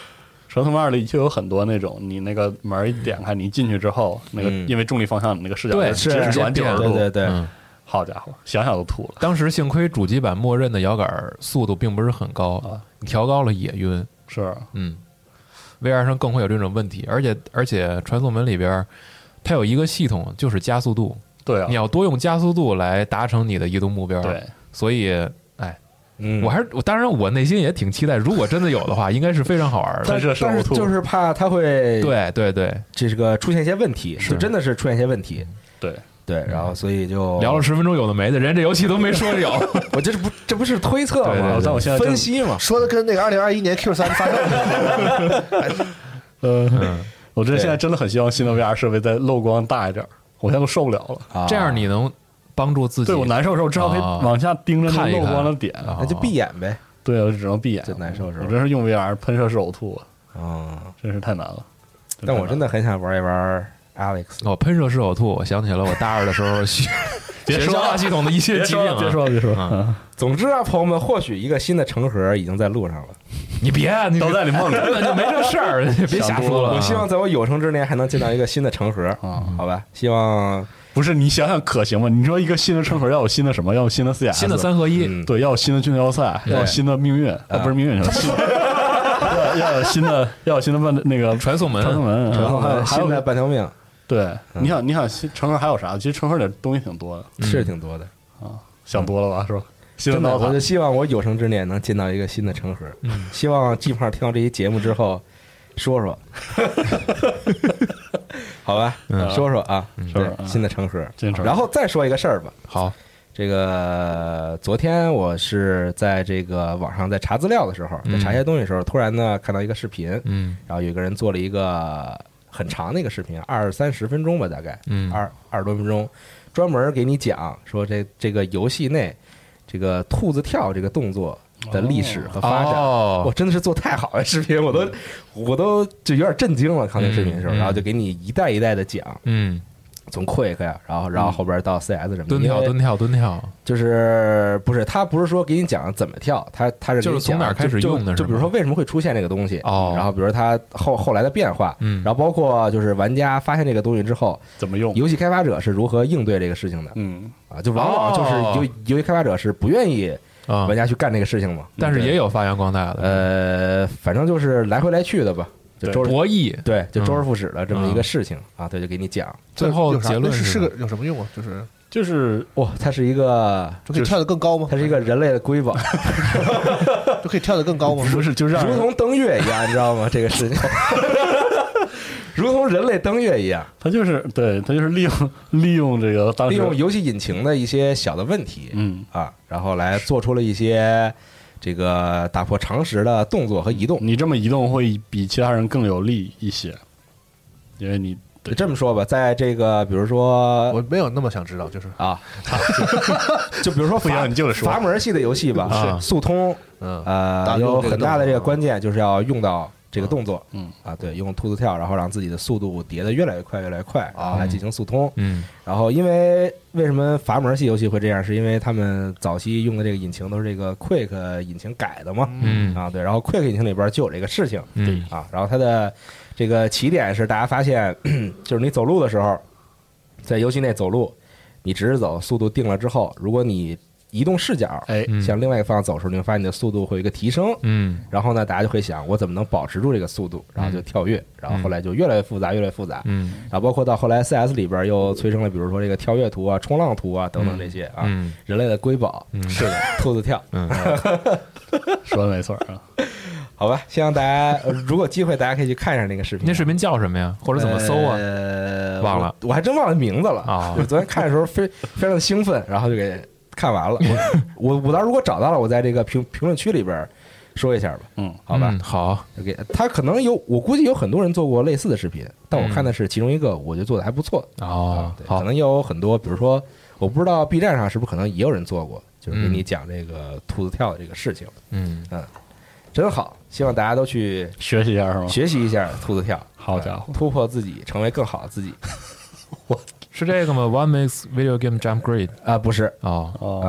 《神偷二》里就有很多那种，你那个门一点开，你进去之后，那个
嗯
因为重力方向，你那个视角
对
就直接
是
转九十
[LAUGHS] 对
度，
对对对，
嗯
好家伙，想想都吐了。
当时幸亏主机版默认的摇杆儿速度并不是很高
啊，
你调高了也晕。
是，
嗯，VR 上更会有这种问题，而且而且传送门里边儿它有一个系统就是加速度，
对啊
你，要多用加速度来达成你的移动目标。
对，
所以。哎，
嗯
我还是我，当然我内心也挺期待，如果真的有的话，应该是非常好玩
但
的。
是
但是就是怕它会
对对对，
这是个出现一些问题，
是嗯
就真的是出现一些问题。
对，
对，然后所以
哦
就
聊了，十分钟有的没的，人这游戏都没说
[LAUGHS]
有，
我这是不这不是推测
对对
吗
对？
但我现在正
分析嘛，
说的跟那个二零二一年 Q 三发售
呃， [LAUGHS] 我这
对
现在真的很希望新的 VR 设备再漏光大一点儿，我现在都受不了了。
啊
这样你能帮助自己。
对我难受的时候，至少可以
啊
往下盯着那
看一
漏
看
光的点。
啊
那就闭眼呗，
对，啊我就只能闭眼，
就难受是吧
我真是用 VR 喷射是呕吐啊，
啊。
真是太难了。
但我真
的
的很想玩一玩 Alex，
哦，喷射式呕吐，我想起了我大二的时候学
别
[LAUGHS] 学
说
消化
了
系统的一些
别
疾
说
病、
了
啊。
别说了别说了，嗯
总之啊，朋友们，或许一个新的成盒已经在路上了。
你别啊，你
都在你梦里。
根本就没这
[LAUGHS]
事儿，你别瞎说了啊。
我希望在我有生之年还能见到一个新的成盒，好吧？希望
啊不是你想想可行吗？你说一个新的称盒要有新的什么？要有新的 CS，
啊新的三合一，
嗯
对，要有新的军团要塞，
对
要有新的命运，啊，不是命运，要有
[LAUGHS]
新的要要有新的，要有新的问那个
传送门嗯
传送门，
然
然
后
后
还
还
有
有
嗯
还
新的嗯
有
半条命
对，你想你想新成盒还有啥？其实成盒里东西挺多的，
嗯
是挺多的，
想多了吧，是吧？新的
真的，
刀
我
塔
就希望我有生之年能见到一个新的成盒。
嗯
希望季胖听到这期节目之后，说
[LAUGHS]
说，好吧，说说啊，
嗯说
对
说，啊
新的成盒
新成。盒
然后再说一个事儿吧，
好，
这个昨天我是在这个网上在查资料的时候，
嗯
在查一些东西的时候，突然呢看到一个视频，
嗯
然后有一个人做了一个很长的一个视频，二三十分钟吧，大概，
嗯
二二十多分钟，专门给你讲说这这个游戏内这个兔子跳这个动作的历史和发展。我
哦，嗯
真的是做太好了，视频我都我都就有点震惊了，看那视频的时候，
嗯嗯
然后就给你一代一代的讲，
嗯，
从 Quick 呀，然后然后后边到 CS 什么的，
蹲
因
跳
为
蹲跳蹲跳，
就是不是他不是说给你讲怎么跳，他他是给你
就是从
讲
哪儿开始
就
用的
就是
吗
比如说为什么会出现这个东西，
哦
然后比如说它后后来的变化，
嗯
然后包括就是玩家发现这个东西之后，
怎么用？
游戏开发者是如何应对这个事情的
嗯，
啊？就往往就是
哦
游游戏开发者是不愿意
啊
玩，家去干这个事情嘛，
嗯但是
对呃
也有发扬光大的，
呃，反正就是来回来去的吧。就周而
博弈，
对，就周而复始的这么
嗯
一个事情啊，他就给你讲，
最后
有啥
结论
那是
是
是个有什么用啊？就是
就是
哇，它是一个，
就可以跳得更高吗？
它是一个人类的瑰
[LAUGHS]
宝，
就可以跳得更高吗？
不是就让
如
人
同登月一样，你知道吗？这个事
[LAUGHS]
情，如同人类登月一样，
他就是对他就是利用利用这个
哦
当时
利用游戏引擎的一些小的问题，
嗯，
啊，然后来做出了一些这个打破常识的动作和移动。
你这么移动会比其他人更有利一些，因为你对
这么说吧，在这个比如说
我没有那么想知道，就是
[LAUGHS]
啊，就比如说
不行
阀
你就得说
阀门系的游戏吧，
是
速通，
嗯
啊
呃
打，
有
用这个
很大的
动作
这个
啊
关键就是要用到这个动作，
嗯
啊，对，用兔子跳，然后让自己的速度叠得越来越快，越来越快，然后来进行速通。
嗯
然后，因为为什么阀门系游戏会这样，是因为他们早期用的这个引擎都是这个 Quick 引擎改的嘛，
嗯
啊，对，然后 Quick 引擎里边就有这个事情，
嗯
啊，然后它的这个起点是大家发现，就是你走路的时候，在游戏内走路，你直着走，速度定了之后，如果你移动视角，
哎
嗯
向另外一个方向走的时候，你会发现你的速度会有一个提升。
嗯
然后呢，大家就会想，我怎么能保持住这个速度？然后就跳跃，然后后来就越来越复杂，越来越复杂。
嗯
然后包括到后来 CS 里边又催生了，比如说这个跳跃图啊、冲浪图啊等等这些啊，
嗯
人类的瑰宝。是的，兔子跳。
嗯，
说的没错啊，
好吧，希望大家呃如果有机会，大家可以去看一下那个视频啊。
那视频叫什么呀？或者怎么搜啊？
呃，
忘了
我，我还真忘了名字了
啊
就昨天看的时候非非常的兴奋，然后就给看
[LAUGHS]
完了。我我我到时候如果找到了，我在这个评评论区里边说一下吧。
嗯，
好吧啊
嗯，好，
就给他可能有，我估计有很多人做过类似的视频，但我看的是其中一个，我觉得做的还不错。
哦
对，可
好，
能有很多，比如说，我不知道 B 站上是不是可能也有人做过，就是给你讲这个兔子跳的这个事情，
嗯，
真好，希望大家都去
学习一下是吗？
学习一下兔子跳，
好家伙
嗯突破自己，成为更好的自己。
是这个吗？One makes video game jump great
啊，不是
哦，
哦
啊，，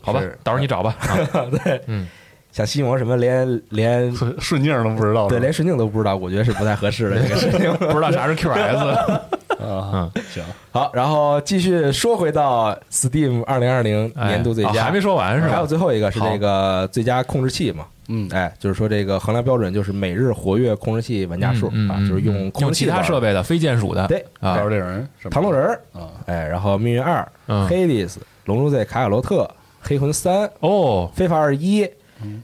好吧
是，
到时候你找吧。啊
对，
嗯，
想吸魔什么连连
顺顺境都不知道，
[LAUGHS] 对连顺境都不知道，我觉得是不太合 [LAUGHS] 适的这个事情。
[LAUGHS] 不知道啥是 QS，
[LAUGHS]
啊，行，
好，然后继续说回到 Steam 二零二零
哎
年度最
哦
佳，
还没说完是
还有
吧？
最后一个是这个最佳控制器嘛？
嗯
哎，就是说这个衡量标准就是每日活跃控制器玩家数
嗯
啊，
嗯
就是用控
用
制器
其他
玩
设备的非键鼠的，
对
啊
还，有这人是吧
糖豆人儿
啊，
哎，然后命运二、
嗯
Hades、龙珠 Z、卡卡罗特、黑魂三、
哦，
非法二一、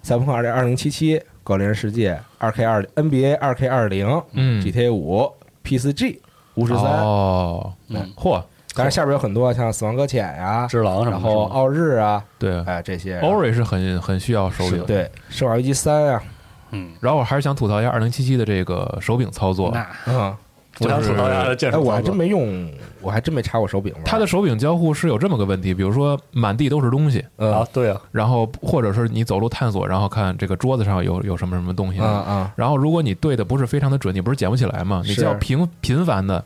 赛博朋克二零二零七七、高龄世界、二 K 二 NBA 二 K 二零、
嗯
GTA 五、PCG 五十三。
哦，
嗯
嚯，
当然下边有很多像死亡搁浅呀、
只狼什么
然后
是吗
奥日啊，
对
哎这些。
，Ori 是很很需要手
是
柄。，
对《生化危机三》啊，
嗯，
然后我还是想吐槽一下二零七七的这个手柄操作，
嗯，
我想吐槽一下的剑
哎，
术
我还
操
真
作，
没用，我还真没插过手柄玩。
它的手柄交互是有这么个问题，比如说满地都是东西，
嗯
啊，对啊，
然后或者是你走路探索，然后看这个桌子上有有什么什么东西
啊，啊，
然后如果你对的不是非常的准，你不是捡不起来吗？你
是
就要频频繁的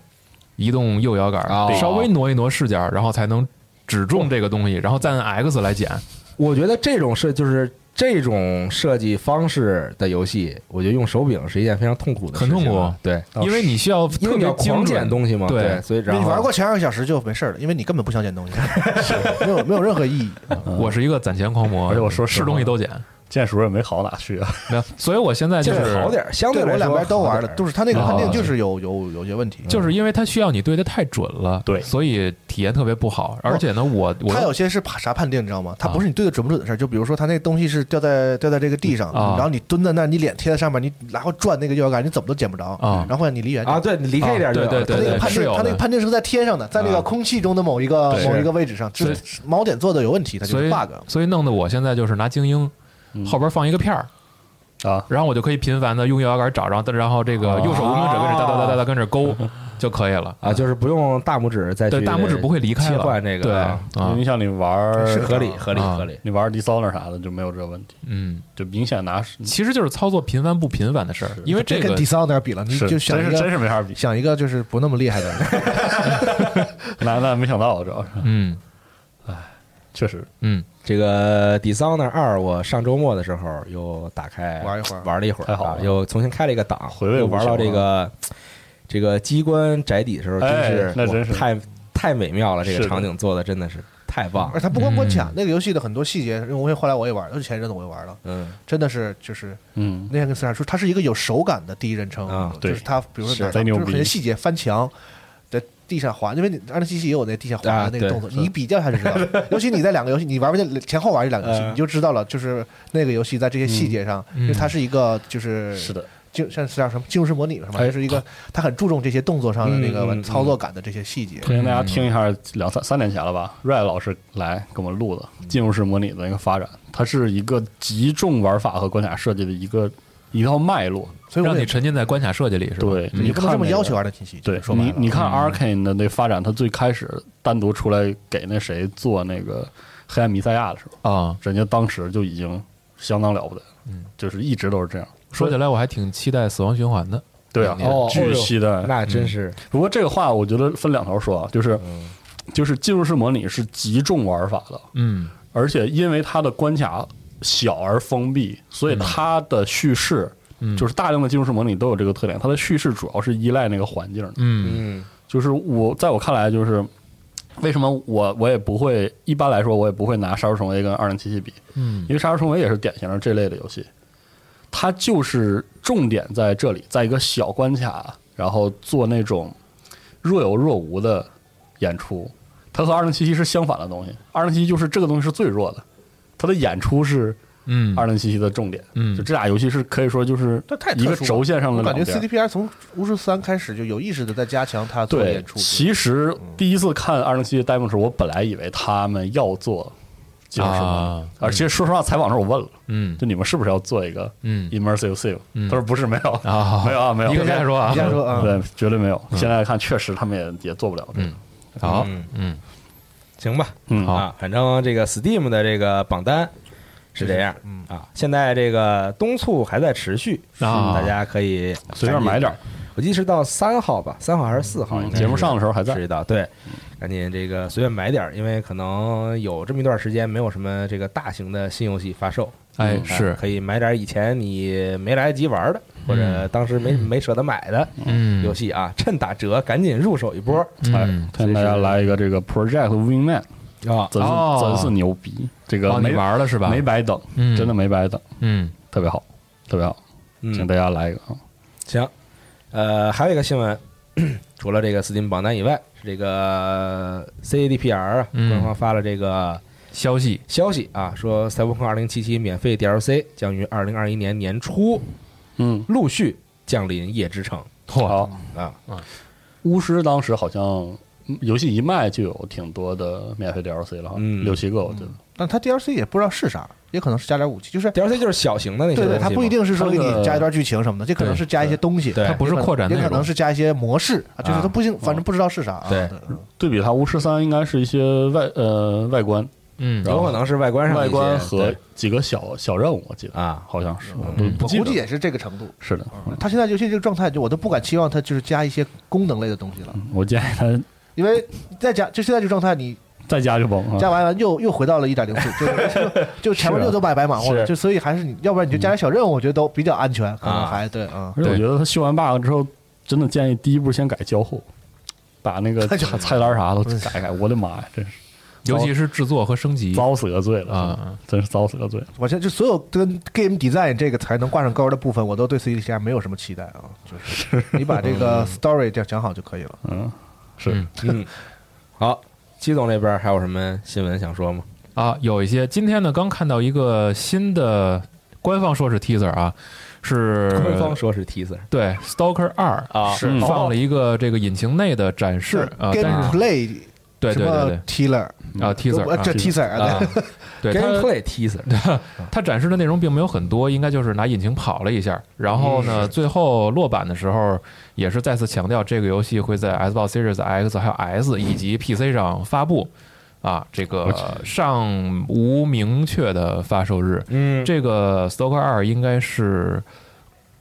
移动右摇杆，
哦
稍微挪一挪视角，然后才能只中这个东西，然后再按 X 来捡。
我觉得这种设就是这种设计方式的游戏，我觉得用手柄是一件非常痛苦的事
很
情啊，
痛苦
对，
因为你需要
因为
特
你
别
要
精
狂
准
捡东西嘛，
对
对，所以然
你
后
玩过前二个小时就没事了，因为你根本不想捡东西， [LAUGHS] 没有没有任何意义。
我是一个攒钱狂魔，
哎
而且我说实
是
话
东西都捡，
剑术也没好哪去啊，
没有，所以我现在就
就是是好点儿，相
对
来
我
说
两边都玩了，就是是他那个
哦
判定就是有有有些问题，
就是因为它需要你对的太准了，
对
所以体验特别不好。而且呢，我我
他有些是判啥判定，你知道吗？他
啊
不是你对的准不准的事儿，就比如说他那东西是掉在掉在这个地上，
啊
然后你蹲在那儿，你脸贴在上面，你来回转那个摇杆，你怎么都捡不着
啊
然后你离远点
啊，。对你离开一点就
啊对
他那个
对
判
是
定
有，的啊
他那个判定是在天上的，在那个空气中的某一个
对
某一个位置上，这是锚点做的有问题，它就
所以
是 bug。
所以弄得我现在就是拿精英后边放一个片儿。
啊，
然后我就可以频繁的用右摇杆找，然后然后这个右手无名指跟着哒哒哒哒哒跟着勾就可以了。
啊，就是不用大拇指再去
对，大拇指不会离开
切
了。
换这个
对
啊
啊
你，像你玩儿
是合理合理
啊
合理，
你玩 Dishonor 啥的就没有这个问题，
嗯，
就明显拿
其实就是操作频繁不频繁的事儿，因为这
跟
个
Dishonor 比了，你
是
就
真
想一
是真
个
是没法比，
想一个就是不那么厉害的，
[LAUGHS] 那那没想到主要是
嗯
确实
嗯
这个《Dishonor 二》，我上周末的时候又打开
玩一会儿
玩了一会儿，
太好
啊
了
又重新开了一个档，
回味
又
无穷
玩到这个这个机关宅邸的时候，
哎
真是
那真是
哇太太美妙了，这个
是的
场景做的真的是太棒
而
了。
它不光
嗯
关卡，那个游戏的很多细节，因为我也后来我也玩了，就前一阵子我也玩了，
嗯，
真的是就是
嗯，
那天跟思然说，它是一个有手感的第一人称
啊，
对
就是它比如
是
说哪儿
贼牛
就是很多
逼
细节翻墙。在地上滑，因为你二零七七也有那地下滑
啊
的那
对
个动作，
是
你比较一下就知
[LAUGHS]
道了。尤其你在两个游戏，你玩不见前后玩这两个游戏，
嗯
你就知道了，就是那个游戏在这些细节上，
嗯
因为它是一个就是
是的，
就像是叫什么进入式模拟是吗？
哎
就是一个他很注重这些动作上的
嗯
那
嗯
个
嗯
操作感的这些细节。
推荐大家听一下两三三年前了吧，Ray 老师来给我们录的进入式模拟的一个发展，它是一个集中玩法和关卡设计的一个一套脉络。
所以我
让你
也
沉浸在关卡设计里是吧？
对
嗯
也不能
你看那
这么
个
要求二的信息。
对，
说白
你
了，嗯
你看 Arkane 的那发展，它最开始单独出来给那谁做那个黑暗弥赛亚的时候，
啊，
人家当时就已经相当了不得，嗯，就是一直都是这样。
说起来我还挺期待死亡循环的。
对
嗯
啊，
哦
巨期待。
那真是
不过这个话我觉得分两头说啊，就是、
嗯
就是进入式模拟是极重玩法的，
嗯
而且因为它的关卡小而封闭，所以它的叙事、就是大量的进入式模拟都有这个特点，它的叙事主要是依赖那个环境的。
嗯
嗯
就是我在我看来，就是为什么我我也不会一般来说我也不会拿《杀出重围》跟《二零七七》比，
嗯
因为《杀出重围》也是典型的这类的游戏，它就是重点在这里，在一个小关卡，然后做那种若有若无的演出。它和《二零七七》是相反的东西，《二零七七》就是这个东西是最弱的，它的演出是
嗯
《二零七七》的重点。
嗯
就这俩游戏是可以说就是
这太特
一个
殊了
轴线上的
我
两
感觉
边。
CDPR 从巫师三开始就有意识的在加强他做
对
演，出。嗯
其实第一次看二零七的 demo 时，我本来以为他们要做进入式模拟
啊
而且说实话，采访的时候我问了，
嗯
就你们是不是要做一个
嗯
immersive sim？
嗯
他说不是，没有
啊
没有啊，没有。
一个没说嗯啊
你，先说啊，
对，绝对没有。现在看，确实他们也也做不了这个。
好
嗯
嗯
行吧，
嗯
好
啊，反正这个 Steam 的这个榜单是这样，嗯啊，现在这个冬促还在持续，
啊
大家可以
随便买点儿。
我记得是到三号吧，三号还是四号？
嗯
应该是
节目上的时候还在
是的，对，赶紧这个随便买点儿，因为可能有这么一段时间没有什么这个大型的新游戏发售，
哎
啊
是
可以买点儿以前你没来得及玩的，或者
嗯
当时没没舍得买的
嗯
游戏啊，趁打折赶紧入手一波
哎
嗯，
推荐大家来一个这个 Project Wingman，
啊！
真是
哦
真是牛逼！这个
哦
没
你玩了是吧？
没白等，
嗯
真的没白等，
嗯
特别好，特别好，请
嗯，
大家来一个啊！
行，呃，还有一个新闻， [CLEARS THROAT] 除了这个 Steam 榜单以外，是这个 CADPR 啊
嗯
官方发了这个。
消息
消息啊，说《赛博朋克2077》免费 DLC 将于2021年年初
嗯，
陆续降临夜之城
好。
啊。
巫师当时好像嗯游戏一卖就有挺多的免费 DLC 了哈，
嗯
六七个我觉得。
但他 DLC 也不知道是啥，也可能是加点武器，就是
DLC 就是小型的那些
对
东西
对，
嘛，
它不一定是说给
它那
你
个
加一段剧情什么的，这可能是加一些东西，
对
它不是
也可能
扩展内
也可
容
能是加一些模式，啊就是
啊
它不行，反正不知道是啥啊。
对
对比它巫师三应该是一些外呃外观
嗯
有可能是外观上的
外
一些
观和
对
几个小小任务，我记得
啊，
好像是，我都
我
不记
嗯估
得
计也是这个程度。
是的。嗯
他现在游戏这个状态，就我都不敢期望他就是加一些功能类的东西了，
我建议他
因为再加就现在这个状态，你
在家就崩
加
啊，
完完又又回到了一点零四，就就就前面
是啊
六都白白忙活了，
是
就所以还是你要不然你就加
嗯
点小任务，我觉得都比较安全，可能
啊
还对啊。
而且我
对
觉得他修完 bug 之后，真的建议第一步先改交互，把那
[LAUGHS] 哎
个菜单啥都改改。我的妈呀，真是
尤其是制作和升级
遭死个罪了
啊！
真是遭死个罪了。
我现在就所有跟 game design 这个才能挂上钩的部分，我都对 CDCR 没有什么期待啊，就是你把这个 story 讲讲好就可以了。
嗯，是
嗯
嗯，好，季总这边还有什么新闻想说吗？
啊，有一些今天呢刚看到一个新的官方说是 teaser 啊，是
官方说是 teaser
对 Stalker 二
啊
嗯
放了一个这个引擎内的展示啊，但是
gameplay
对
什
对对
么
对
teaser
啊 teaser
呃
啊
这 teaser 啊
啊，
[LAUGHS]
对它
gameplay teaser
它展示的内容并没有很多，应该就是拿引擎跑了一下。然后
嗯
呢，最后落版的时候也是再次强调，这个游戏会在 Xbox Series X 还有 S 以及 PC 上发布。啊，这个尚无明确的发售日。
嗯，
这个《Stalker 二》应该是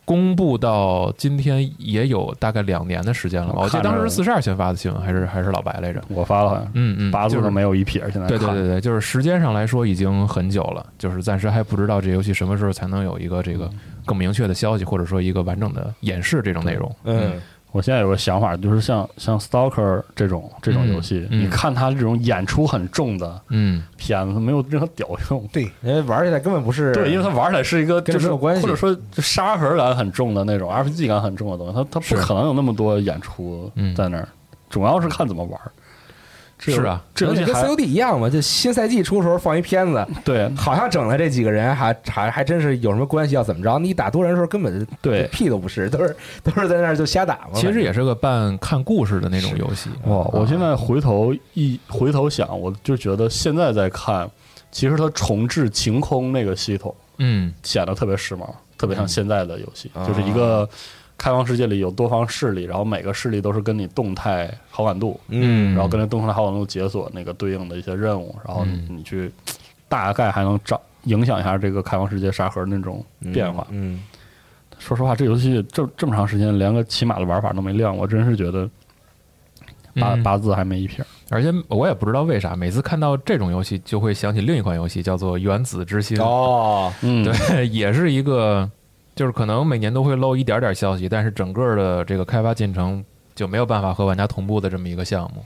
公布到今天也有大概两年的时间了吧？
我
我记得当
看
时
着
四十二先发的新闻，还是还是老白来着？
我发了好像
嗯嗯，
八字
就是
都没有一撇，现在
对对
看
对对，就是时间上来说已经很久了，就是暂时还不知道这游戏什么
嗯
时候才能有一个这个更明确的消息，或者说一个完整的演示这种内容。
嗯，
我现在有个想法，就是像像 Stalker 这种这种游戏，
嗯嗯
你看它这种演出很重的
嗯，
片子，没有任何屌
[LAUGHS]
用。
对，
因为玩起来根本不是
对，因为它玩起来是一个
跟
就是
没有关系
或者说就沙盒感很重的那种 RPG 感很重的东西，它它
是
不可能有那么多演出
嗯
在那儿，主要是看怎么玩。这
是啊，
这游戏
跟
还
COD 一样嘛，就新赛季出的时候放一片子，
对
好像整的这几个人还还还真是有什么关系，要怎么着？你打多人的时候根本
对
屁都不是，都是都是在那儿就瞎打嘛。
其实也是个半看故事的那种游戏。
啊
啊
哇！我现
在
在回头一回头想，我就觉得现在在看，其实它重置晴空那个系统
嗯
显得特别时髦，
嗯
特别像现在的游戏，
啊
就是一个开放世界里有多方势力，然后每个势力都是跟你动态好感度，
嗯
然后跟着动态好感度解锁那个对应的一些任务，然后
嗯
你去大概还能找影响一下这个开放世界沙盒那种变化。
嗯，
说实话，这游戏这这么长时间连个骑马的玩法都没亮，我真是觉得八、
嗯
八字还没一撇儿。
而且我也不知道为啥，每次看到这种游戏就会想起另一款游戏，叫做《原子之心》。
哦，
嗯，
对，也是一个，就是可能每年都会漏一点点消息，但是整个的这个开发进程就没有办法和玩家同步的这么一个项目，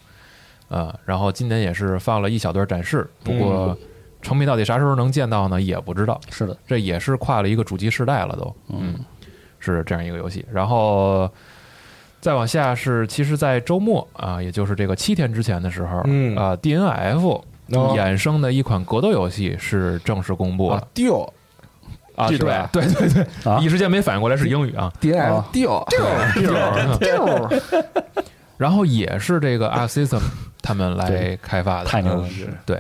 啊、然后今年也是放了一小段展示，不过成品到底啥时候能见到呢？也不知道，
是的，
这也是跨了一个主机世代了都，嗯，是这样一个游戏，然后。再往下是，其实，在周末啊，也就是这个七天之前的时候，
嗯
啊，DNF
哦
衍生的一款格斗游戏是正式公布了
啊，掉
啊，
是
对
吧
对对对，
啊
一时间没反应过来是英语啊。
D N
哦
掉
[LAUGHS] 然后也是这个 R System 他们来开发的，
太牛了
嗯
这个
对，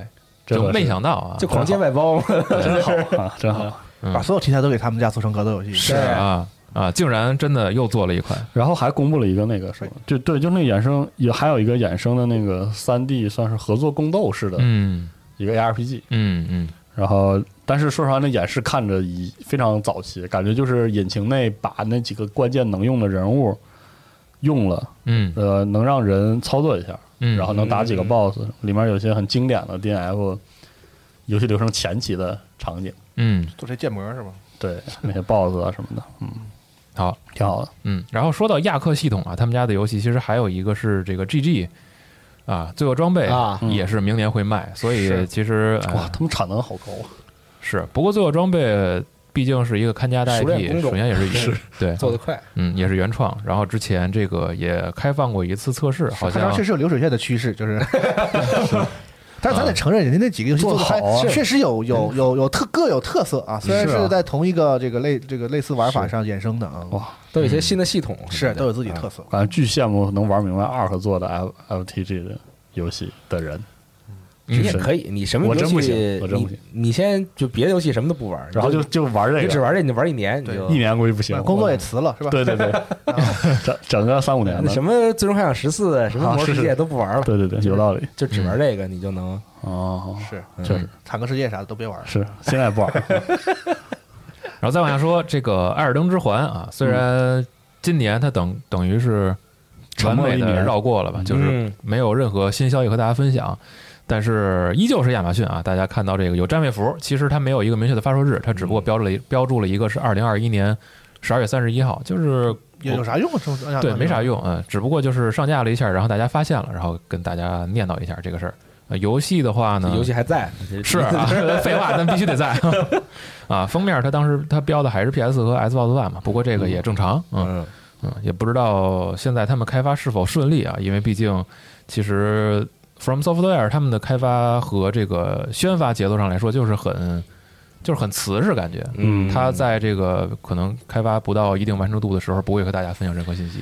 真
就
的是
没想到啊，
就狂接外包嘛，
真 [LAUGHS] 好啊，真好。
嗯
把所有题材都给他们家做成格斗游戏，
是
啊啊，竟然真的又做了一款，
然后还公布了一个那个什么，就对，就那衍生也还有一个衍生的那个三 D 算是合作宫斗式的
嗯
一个 ARPG，、
嗯嗯，
然后但是说实话，那演示看着已非常早期，感觉就是引擎内把那几个关键能用的人物用了，
嗯
呃，能让人操作一下，
嗯，
然后能打几个 BOSS，、里面有些很经典的 DNF 游戏流程前期的场景，
嗯
做些建模是吗？
对那些 BOSS 啊什么的，嗯，
好，
挺好的。
嗯，然后说到亚克系统啊，他们家的游戏其实还有一个是这个 GG 啊，罪恶装备
啊
也是明年会卖，所以其实呃
哇，他们产能好高啊！
是，不过罪恶装备毕竟是一个看家的
熟练
IP，
工种
首先也是是， [LAUGHS] 对，
做
[LAUGHS]
得快，
嗯，也是原创。然后之前这个也开放过一次测试，好
看上
像
确实有流水线的趋势，就是。 [LAUGHS] 但是咱得承认，人家那几个游戏的还
做得好啊
确实有有有有特各有特色啊。虽然
是啊
是在同一个这个类这个类似玩法上衍生的啊，
哇
都有一些新的系统，
嗯
是都有自己特色。
感觉巨羡慕能玩明白二合做的 F F T G 的游戏的人。
你也
是
可以，你什么
我
游
真不行
戏
我真
你
不行
你先就别的游戏什么都不玩，
然后就
你
就玩
你
这
只
个，
玩这，你玩一年你就
一。年估计不行，
工作也辞了是吧？ [LAUGHS]
对对对，整整个三五年
那
的，
什么《最终幻想十四》什么《
啊
魔兽
是
世界》都不玩了，
对嗯对对，有道理
就只玩这个，你就能
哦，
是嗯
确实
坦克世界啥的都别玩了。
是，现在不玩了，
然后再往下说，这个《艾尔登之环》啊，虽然今年它等等于是
沉
完
默了
美
一
的
年
绕过了吧，就是
嗯
没有任何新消息和大家分享。但是依旧是亚马逊啊！大家看到这个有战略服，其实它没有一个明确的发售日，它只不过标注了一标注了一个是二零二一年十二月三十一号，就是
有有啥用啊？这么
对，没啥。用，嗯，只不过就是上架了一下，然后大家发现了，然后跟大家念叨一下这个事儿。呃游戏的话
嗯
呢，
游戏还在，
是啊， [LAUGHS] 废话，但必须得在 [LAUGHS] 啊。封面它当时它标的还是 PS 和 Xbox One 嘛，不过这个也正常，嗯
嗯，
嗯，也不知道现在他们开发是否顺利啊，因为毕竟其实 From Software 他们的开发和这个宣发节奏上来说，就是很就是很瓷实感觉，
嗯
他在这个可能开发不到一定完成度的时候，不会和大家分享任何信息，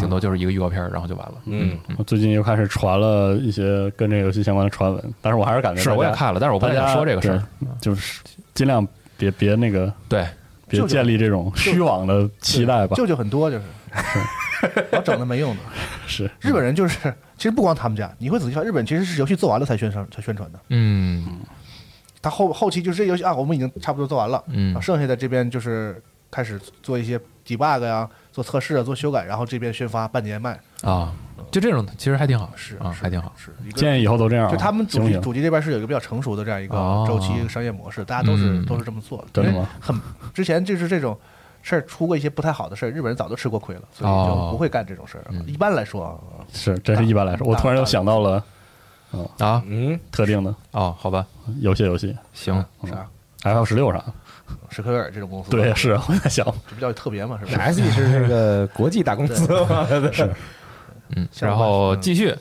顶多就是一个预告片儿，然后就完了。
嗯，
我最近又开始传了一些跟这个游戏相关的传闻，但是我还是感觉
是，
大家
我也，看了，但是我不
大
太想
家
说这个事儿。
对，就是尽量别别那个
对，
别建立这种虚妄的期待吧，
舅舅很多就是， [LAUGHS] 老整那没用的。
是
日本人就是，其实不光他们家，你会仔细看，日本其实是游戏做完了才宣传才宣传的。
嗯
他后后期就是这游戏啊，我们已经差不多做完了，
嗯
然后剩下的这边就是开始做一些 debug 呀、做测试啊、做修改，然后这边宣发半年卖，
啊，就这种其实还挺好，
是
啊，
是
还挺好。
是一个。
建议以后都这样啊，
就他们主
行不
机
行？
主机这边是有一个比较成熟的这样一个
哦
周期商业模式，大家都是
嗯
都是这么做的。
真的
因为
吗
很之前就是这种事儿出过一些不太好的事儿，日本人早就吃过亏了，所以
哦
就不会干这种事儿。
嗯
一般来说啊，
是，这是一般来说。我突然又想到了
啊
嗯，
特定的
哦，好吧，
有些游戏
行，
啥
，F 十六啥的，
史克威尔这种公司，
对，是啊我
[LAUGHS]
在想，
这比较特别嘛，是
哎
吧？
S E 是这个国际大公司嘛，是
嗯，
下一
然
个话题
后
嗯
继续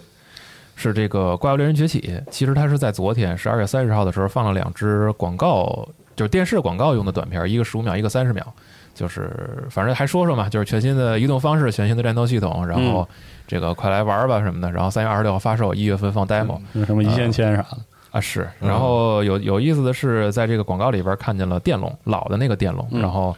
是这个《怪物猎人崛起》，其实它是在昨天十二月三十号的时候放了两支广告，就是电视广告用的短片，一个十五秒，一个三十秒，就是反正还说说嘛，就是全新的移动方式，全新的战斗系统，然后这个快来玩吧什么的，然后三月二十六号发售，一月份放 demo
有什么一线牵啥的，
啊是，然后有有意思的是，在这个广告里边看见了电龙，老的那个电龙，然后。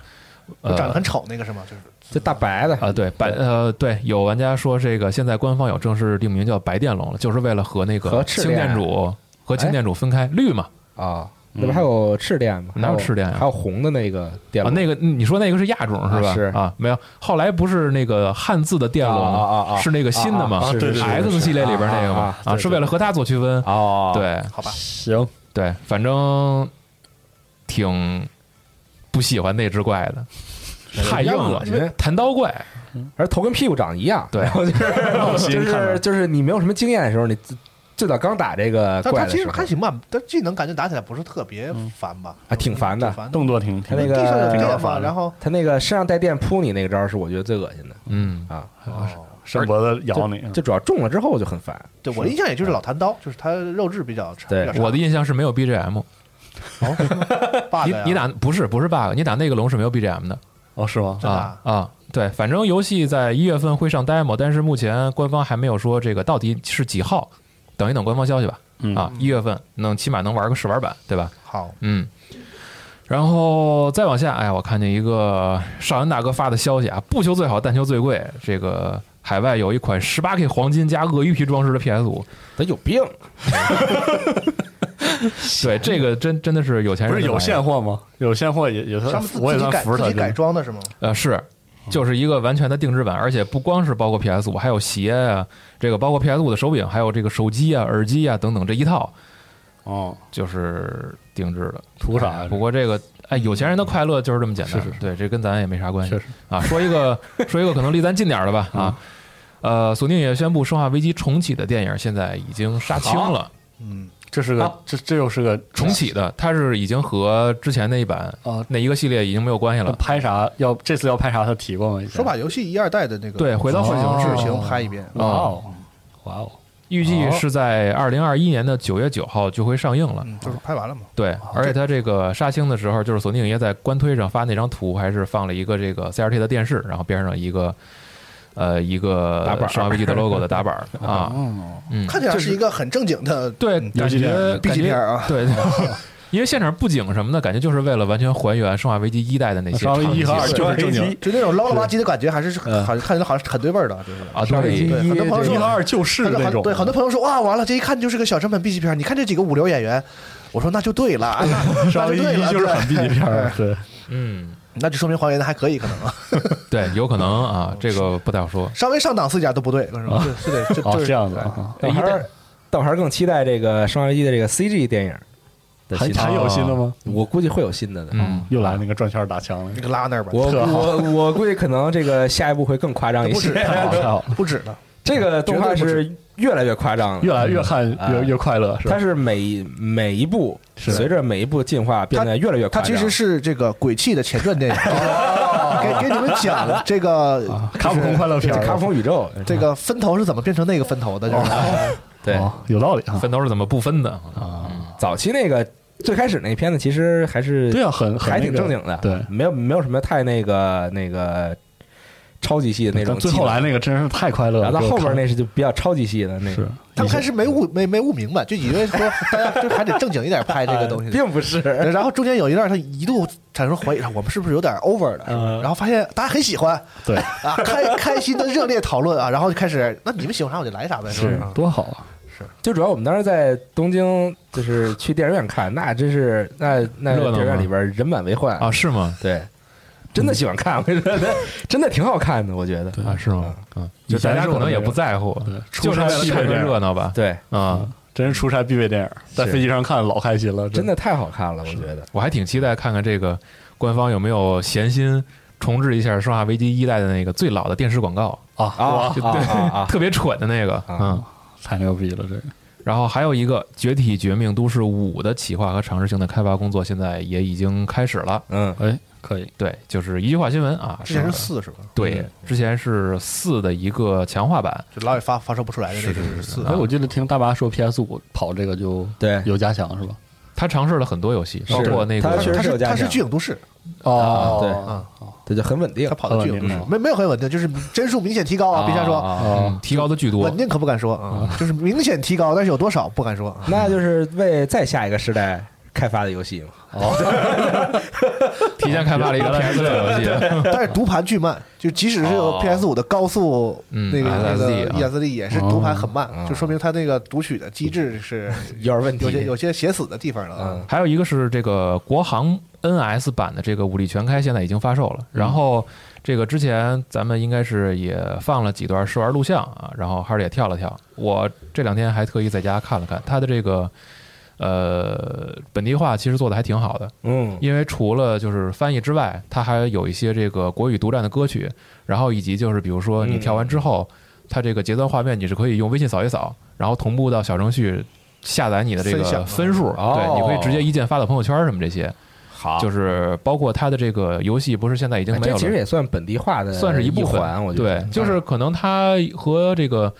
呃，
长得很丑那个是吗？就是
这大白的
啊，对白呃，对，有玩家说这个现在官方有正式定名叫白电龙了，就是为了和那
和
个
赤
氢
电
电主和氢
哎
电主分开，绿嘛
啊，那不还有赤电吗？
哪有
还
赤电呀
还有红的那个电
啊，
路
那个你说那个是亚种是吧？
啊是
啊，没有，后来不是那个汉字的电龙
啊啊啊啊
是那个新的
啊啊
嘛
啊是是是是
X 系列里边那个
啊啊
嘛
啊
啊，是为了和它做区分，
哦，
对
好吧，
[LAUGHS] 行，
对，反正挺不喜欢那只怪的，太硬了
比较恶心，
弹刀
啊
怪，
而头跟屁股长一样，
对
然后就是 [LAUGHS] 就
看着
是就是你没有什么经验的时候，你最最早刚打这个啊
但
怪
他
的
其
时
实
候
还行吧，但技能感觉打起来不是特别烦吧？
啊挺烦的
烦
动作挺
他
挺
那
地上有
个
电嘛，然后
他那个身上带电扑你那个招儿是我觉得最恶心的
嗯，
啊，
伸脖子咬你，
就主要中了之后就很烦。
哦对我印象也就是老弹刀，就是他肉质比较差。
对
比较差
我的印象是没有 BGM，
bug
你
呀
你打不是不是 bug，你打那个龙是没有 BGM 的
哦，是吗？
真的啊
啊啊！对，反正游戏在一月份会上 demo，但是目前官方还没有说这个到底是几号，等一等官方消息吧。
嗯
啊，一月份能起码能玩个试玩版，对吧？
好，
嗯。然后再往下，哎呀，我看见一个少阳大哥发的消息啊，不求最好，但求最贵。这个海外有一款十八 K 黄金加鳄鱼皮装饰的 PS 五，
他有病，
对，这个真真的是有钱
不
人
是
的
有
玩意儿
现货吗？有现货也也
他
算
们，自
我也
自
算
己改
服
自
他
己改
真的。
装的是吗？
呃，是，就是一个完全的定制版，而且不光是包括 PS 五，还有鞋啊，这个包括 PS 五的手柄，还有这个手机啊、耳机啊等等这一套，
哦，
嗯
就是定制的。
图啥呀
不过这个，哎，有钱人的快乐就是这么简单。
是是是
对，这跟咱也没啥关系。
确实嗯
啊，说一个说一个可能离咱近点儿的吧啊。呃，索尼也宣布《生化危机》重启的电影现在已经杀青了，
嗯
这是个
啊
这这又是个
重启的，它是已经和之前那一版
啊
那一个系列已经没有关系
那
了。
拍啥？要这次要拍啥？他提过吗？以前
说把游戏一二代的那个
对，回到
剧
幻
情
想
剧
制
情拍一遍，
哇哦，哇哦，
预计是在二零二一年的九月九号就会上映了。
嗯，就是拍完了嘛。
对，而且它啊这个杀青的时候，就是索尼影业在官推上发那张图，还是放了一个这个 CRT 的电视，然后边上一个呃一个
打板儿
《生化危机》的 logo
[LAUGHS]
的打板儿啊，嗯，
看起来是一个很正经的
对，
嗯
感
游戏片
觉
儿
游
感
戏
觉
片儿啊
对。 [LAUGHS] 因为现场布景什么的，感觉就是为了完全还原《生化危机》一代的那些
啊生化危机一和
场
二
景
就是正经，
[LAUGHS] 就那种捞了吧唧的感觉，还是是
嗯
很好像看起来好像是很对味儿的，就是
啊，对，
对，很多朋友
一和
说，
二就是
很多
那
很
种，
对很多朋友说，哇，完了，这一看就是个小成本 B 级片儿。你看这几个五流演员，我说那就对了，那
[LAUGHS]
那
稍
就
微
对
一
了，
就是很 B 级
对哎
片
[LAUGHS]
儿，对，
嗯，
那就说明还原的还可以，可能啊
对，有可能啊，这个不太好说。
稍微上档次一点都不对，是吧？是得就
哦
就是
这样子啊，
但我还是但我还是更期待这个《生化危机》的这个 CG 电影的
还
新
还有新的吗？
我估计会有新的的。
嗯，
又来那个转圈打枪了
你，给拉那儿
[LAUGHS]
吧，
我
特好
我我估计可能这个下一步会更夸张一
不止
些，
[LAUGHS] 太好了太好了，
不止了，
哎
这个动画是越来越夸张了，
越来越看
哎
越越快乐，是吧
它？是每每一步
是
随着每一步进化变得越来越夸
它
张。
其实是这个《鬼泣》的前
[LAUGHS]
传电影，给给你们讲这个
啊卡普空快乐片
这
儿，
卡普空宇
哦
宙，
这个分头是怎么变成那个分头的，就是
对
哦有道理啊，
分头是怎么不分的？
早期那个最开始那片子其实还是
对啊，很很
还
那
挺
个
正经的，
对。
没有没有什么太那个那个超级系的那种
但最
技
后
能
来那个真是太快乐
然
了，
后到
给我
后边
看
那是就比较超级系的那
是
个，
他们开始没悟没没悟明白，就以为说大家就还得正经一点拍这个东
哎哦
西。
并不 [LAUGHS] 是。
然后中间有一段，他一度产生怀疑，我们是不是有点 over 了？是吧
嗯
然后发现大家很喜欢
对， [LAUGHS]
啊，开开心的热烈讨论啊，然后就开始，那你们喜欢啥我就来啥呗，是不
是
是？
嗯
啊
多好啊！
就主要我们当时在东京，就是去电影院看，那真是那那
热闹吗
电影院里边人满为患
啊，！是吗？
对，真的喜欢看，我觉得真的挺好看的，我觉得。
啊，是吗？嗯，就
以前
大家
是
可
我
能
那
也
个
不在乎，
出
就是
差
为了
戏
看
这
个
样
热闹吧？
对，
啊，
真是出差必备电影，在
是
飞机上看老开心了，
真的太好看了，我觉得。
我还挺期待看看这个官方有没有闲心重置一下《生化危机》一代的那个最老的电视广告，
啊，
啊
哇，
就
啊
对，
啊啊！
[LAUGHS] 特别蠢的那个，嗯。
[LAUGHS] 太牛逼了，这个
然后还有一个《绝体绝命都市五》的企划和尝试性的开发工作，现在也已经开始了。
嗯，
哎，可以，
对，就是一句话新闻啊，
之前是
是
四是吧？
对，之前是四的一个强化版，
就老也发发射不出来的那个是四
哎，我记得听大巴说 PS 五跑这个就
对
有加强是吧？
他尝试了很多游戏，包括那
它
个
确实
它
是有
是
加
它
强
是巨影都市，
啊对
啊
这就很稳定
它。跑到巨影都市
嗯，
没没有很稳定，就是帧数明显提高啊，别瞎说，
啊
哦
嗯提高的巨多
稳，定可不敢说啊，就是明显提高，但是有多少不敢说。
那就是为再下一个时代开发的游戏嘛。
提前开发了一个 PS 六游戏，
嗯但是读盘巨慢，就即使是有
哦
PS 五的高速
嗯
那个那
SSD
个
啊
ESD 也是读盘很慢，就说明它那个读取的机制是
有点问题
有些有些写死的地方了啊。
还有一个是这个国行 NS 版的这个《武力全开》，现在已经发售了。然后这个之前咱们应该是也放了几段试玩录像啊，然后哈尔也跳了跳。我这两天还特意在家看了看他的这个呃本地化，其实做的还挺好的。
嗯，
因为除了就是翻译之外，它还有一些这个国语独占的歌曲，然后以及就是比如说你跳完之后，它这个结算画面你是可以用微信扫一扫，然后同步到小程序下载你的这
分享
个
吗
分数，
哦
对，你可以直接一键发到朋友圈什么这些，
好
就是是包括它的这个游戏不是现在已经没有
哎这其实
了，
也算本地化的，
算是
一
部分
环，我觉得嗯
对，就是可能它和这个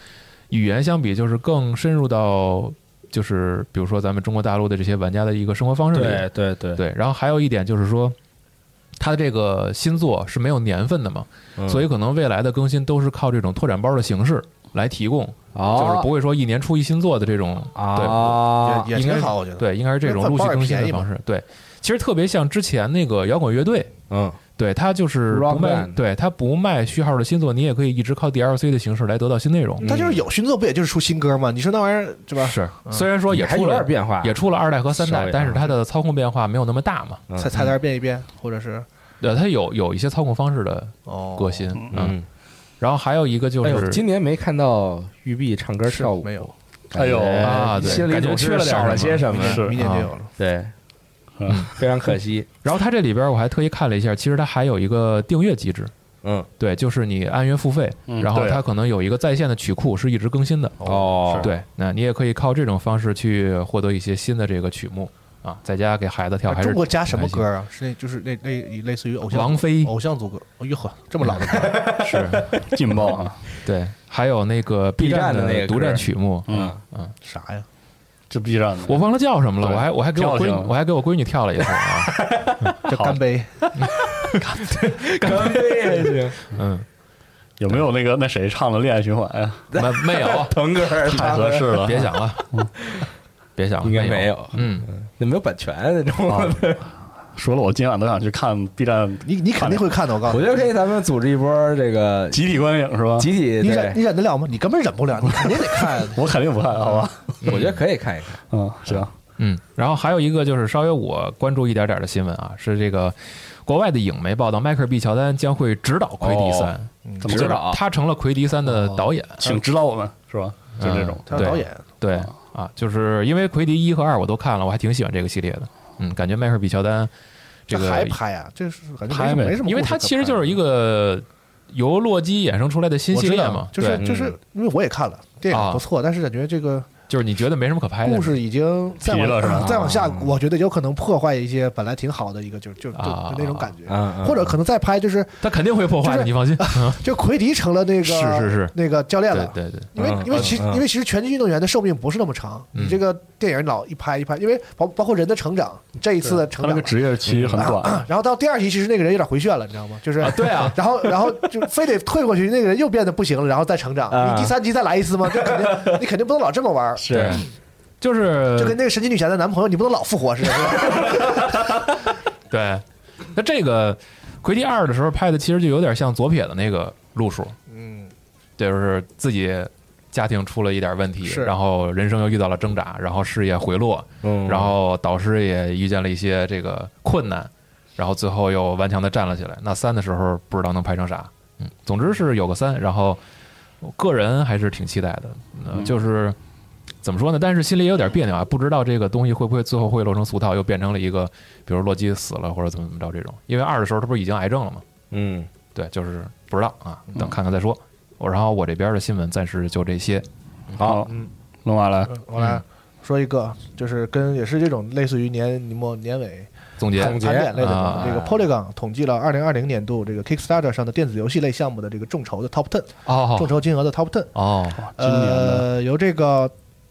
语言相比，就是更深入到就是比如说咱们中国大陆的这些玩家的一个生活方式里，
对对对，
对，然后还有一点就是说，它的这个新作是没有年份的嘛，
嗯
所以可能未来的更新都是靠这种拓展包的形式来提供，就是不会说一年出一新作的这种。
嗯哦啊，
也也
应该
挺
是
好，我觉得。
对，应该是这种陆续更新的方式。对，其实特别像之前那个摇滚乐队，
嗯，
对它就是不
Rock
卖
Band，
对它不卖序号的新作，你也可以一直靠 DLC 的形式来得到新内容。
它就是有新作，不也就是出新歌吗？你说那玩意儿对吧？
嗯是，虽然说也
嗯还
出
有
了
点变化，
也出了二代和三
稍
代
微，
但是
啊
它的操控变化没有那么大嘛。
嗯
菜菜单变一变，或者是
呃，它有有一些操控方式的
哦
革新，嗯，
嗯，
然后还有一个就
哎呦，
是
今年没看到玉碧唱歌跳舞，
没有，
哎呦
感觉
啊对
心里
感觉
总是
缺了点
少了些什么，
是
明年就
啊
有了。
啊对，
嗯
非常可惜，
然后它这里边我还特意看了一下，其实它还有一个订阅机制，
嗯，
对，就是你按月付费，
嗯
然后
对
它可能有一个在线的曲库是一直更新的。
哦，
对，那你也可以靠这种方式去获得一些新的这个曲目啊，在家给孩子跳还是
哎中国加什么歌啊？是那就是那那类似于偶像
王菲嗯
偶像组歌。哎呦呵，这么老的歌，
是，
劲爆啊！
对，还有那个 B 站
的那个
独
歌
占曲目，
[LAUGHS] 嗯，
啥
[LAUGHS]
呀？
这 B 站的
我忘了叫什么了，
对
我还我还给我闺
跳
女
绳
我还给我闺女跳了一次啊，
叫
[LAUGHS]
干杯。
干杯还行，
嗯，
有没有那个那谁唱的《恋爱循环》呀？
没没有，
[LAUGHS] 腾格尔
太合适了，
别想了，别想了，
应该没
有，
有，
嗯。
那没有版权那种，
说了，我今晚都想去看 B 站
你你肯定会看的，我告诉
我
你
觉。得可以，咱们组织一波这个
[LAUGHS] 集体观影是吧？
[LAUGHS] 集体，
你
对
忍你，忍得了吗？你根本忍不了，你肯定得
[LAUGHS]
看。
我肯定不 [LAUGHS] 看，好吧？
我觉得可以看一看。
嗯，行，
嗯，然后还有一个就是稍微我关注一点点的新闻啊，是这个国外的影媒报道，迈克尔 ·B· 乔丹将会执导《魁地三》
怎么
指
知
哦啊
导
他成了《魁地三》的导演，
请指导我们是吧？就这种，
他是导演，
对啊，就是因为《魁地一》和二我都看了，我还挺喜欢这个系列的，嗯，感觉迈克尔·B· 乔丹这
这
个
还拍啊？这是感觉
拍
没
呗
没什么故事可拍，
因为他其实就是一个由洛基衍生出来的新
我
系
知
列
道
嘛，
就
对嗯啊
是就是因为我也看了电影不错，但是感觉这个
就是你觉得没什么可拍的
故事已经再往
疲了是吧
再往
啊
下，我觉得有可能破坏一些本来挺好的一个，就就就
啊
就那种感觉
啊啊，
或者可能再拍就是
他肯定会破坏的，
就是
你
[LAUGHS]
放心。
就奎迪成了那个
是是是
那个教练
对
了。
对对，
因为
嗯
因为其实
嗯嗯
因为其实拳击运动员的寿命不是那么长，你这个电影老一拍一拍，因为包包括人的成长，这一次的
他
成
那
长
个嗯职业期很短，
然后到第二集，其实那个人有点回旋了，你知道吗？就是
啊对啊
然后然后就非得退过去，那个人又变得不行了，然后再成长。
啊
你第三集再来一次吗？这肯定，你肯定不能老这么玩儿，
对，就是
就跟那个神奇女侠的男朋友，你不能老复活似的，是吧？
对，那这个《魁地二》的时候拍的，其实就有点像左撇子那个路数，
嗯，
就是自己家庭出了一点问题，
是
然后人生又遇到了挣扎，然后事业回落，
嗯
然后导师也遇见了一些这个困难，然后最后又顽强的站了起来。那三的时候不知道能拍成啥，嗯，总之是有个三，然后我个人还是挺期待的，呃、就是。怎么说呢？但是心里也有点别扭啊，不知道这个东西会不会最后会落成俗套，又变成了一个，比如洛基死了或者怎么怎么着这种。因为二的时候他不是已经癌症了吗？
嗯，
对，就是不知道啊，等看看再说。我然后我这边的新闻暂时就这些。
好，弄完了，
嗯
我来说一个，就是跟也是这种类似于年末年尾
总结，
盘点类的
啊
东西。这个 Polygon 统计了二零二零年度这个 Kickstarter 上的电子游戏类项目的这个众筹的 Top Ten，
哦
众筹金额的 Top Ten。
哦，
今年的
呃，由这个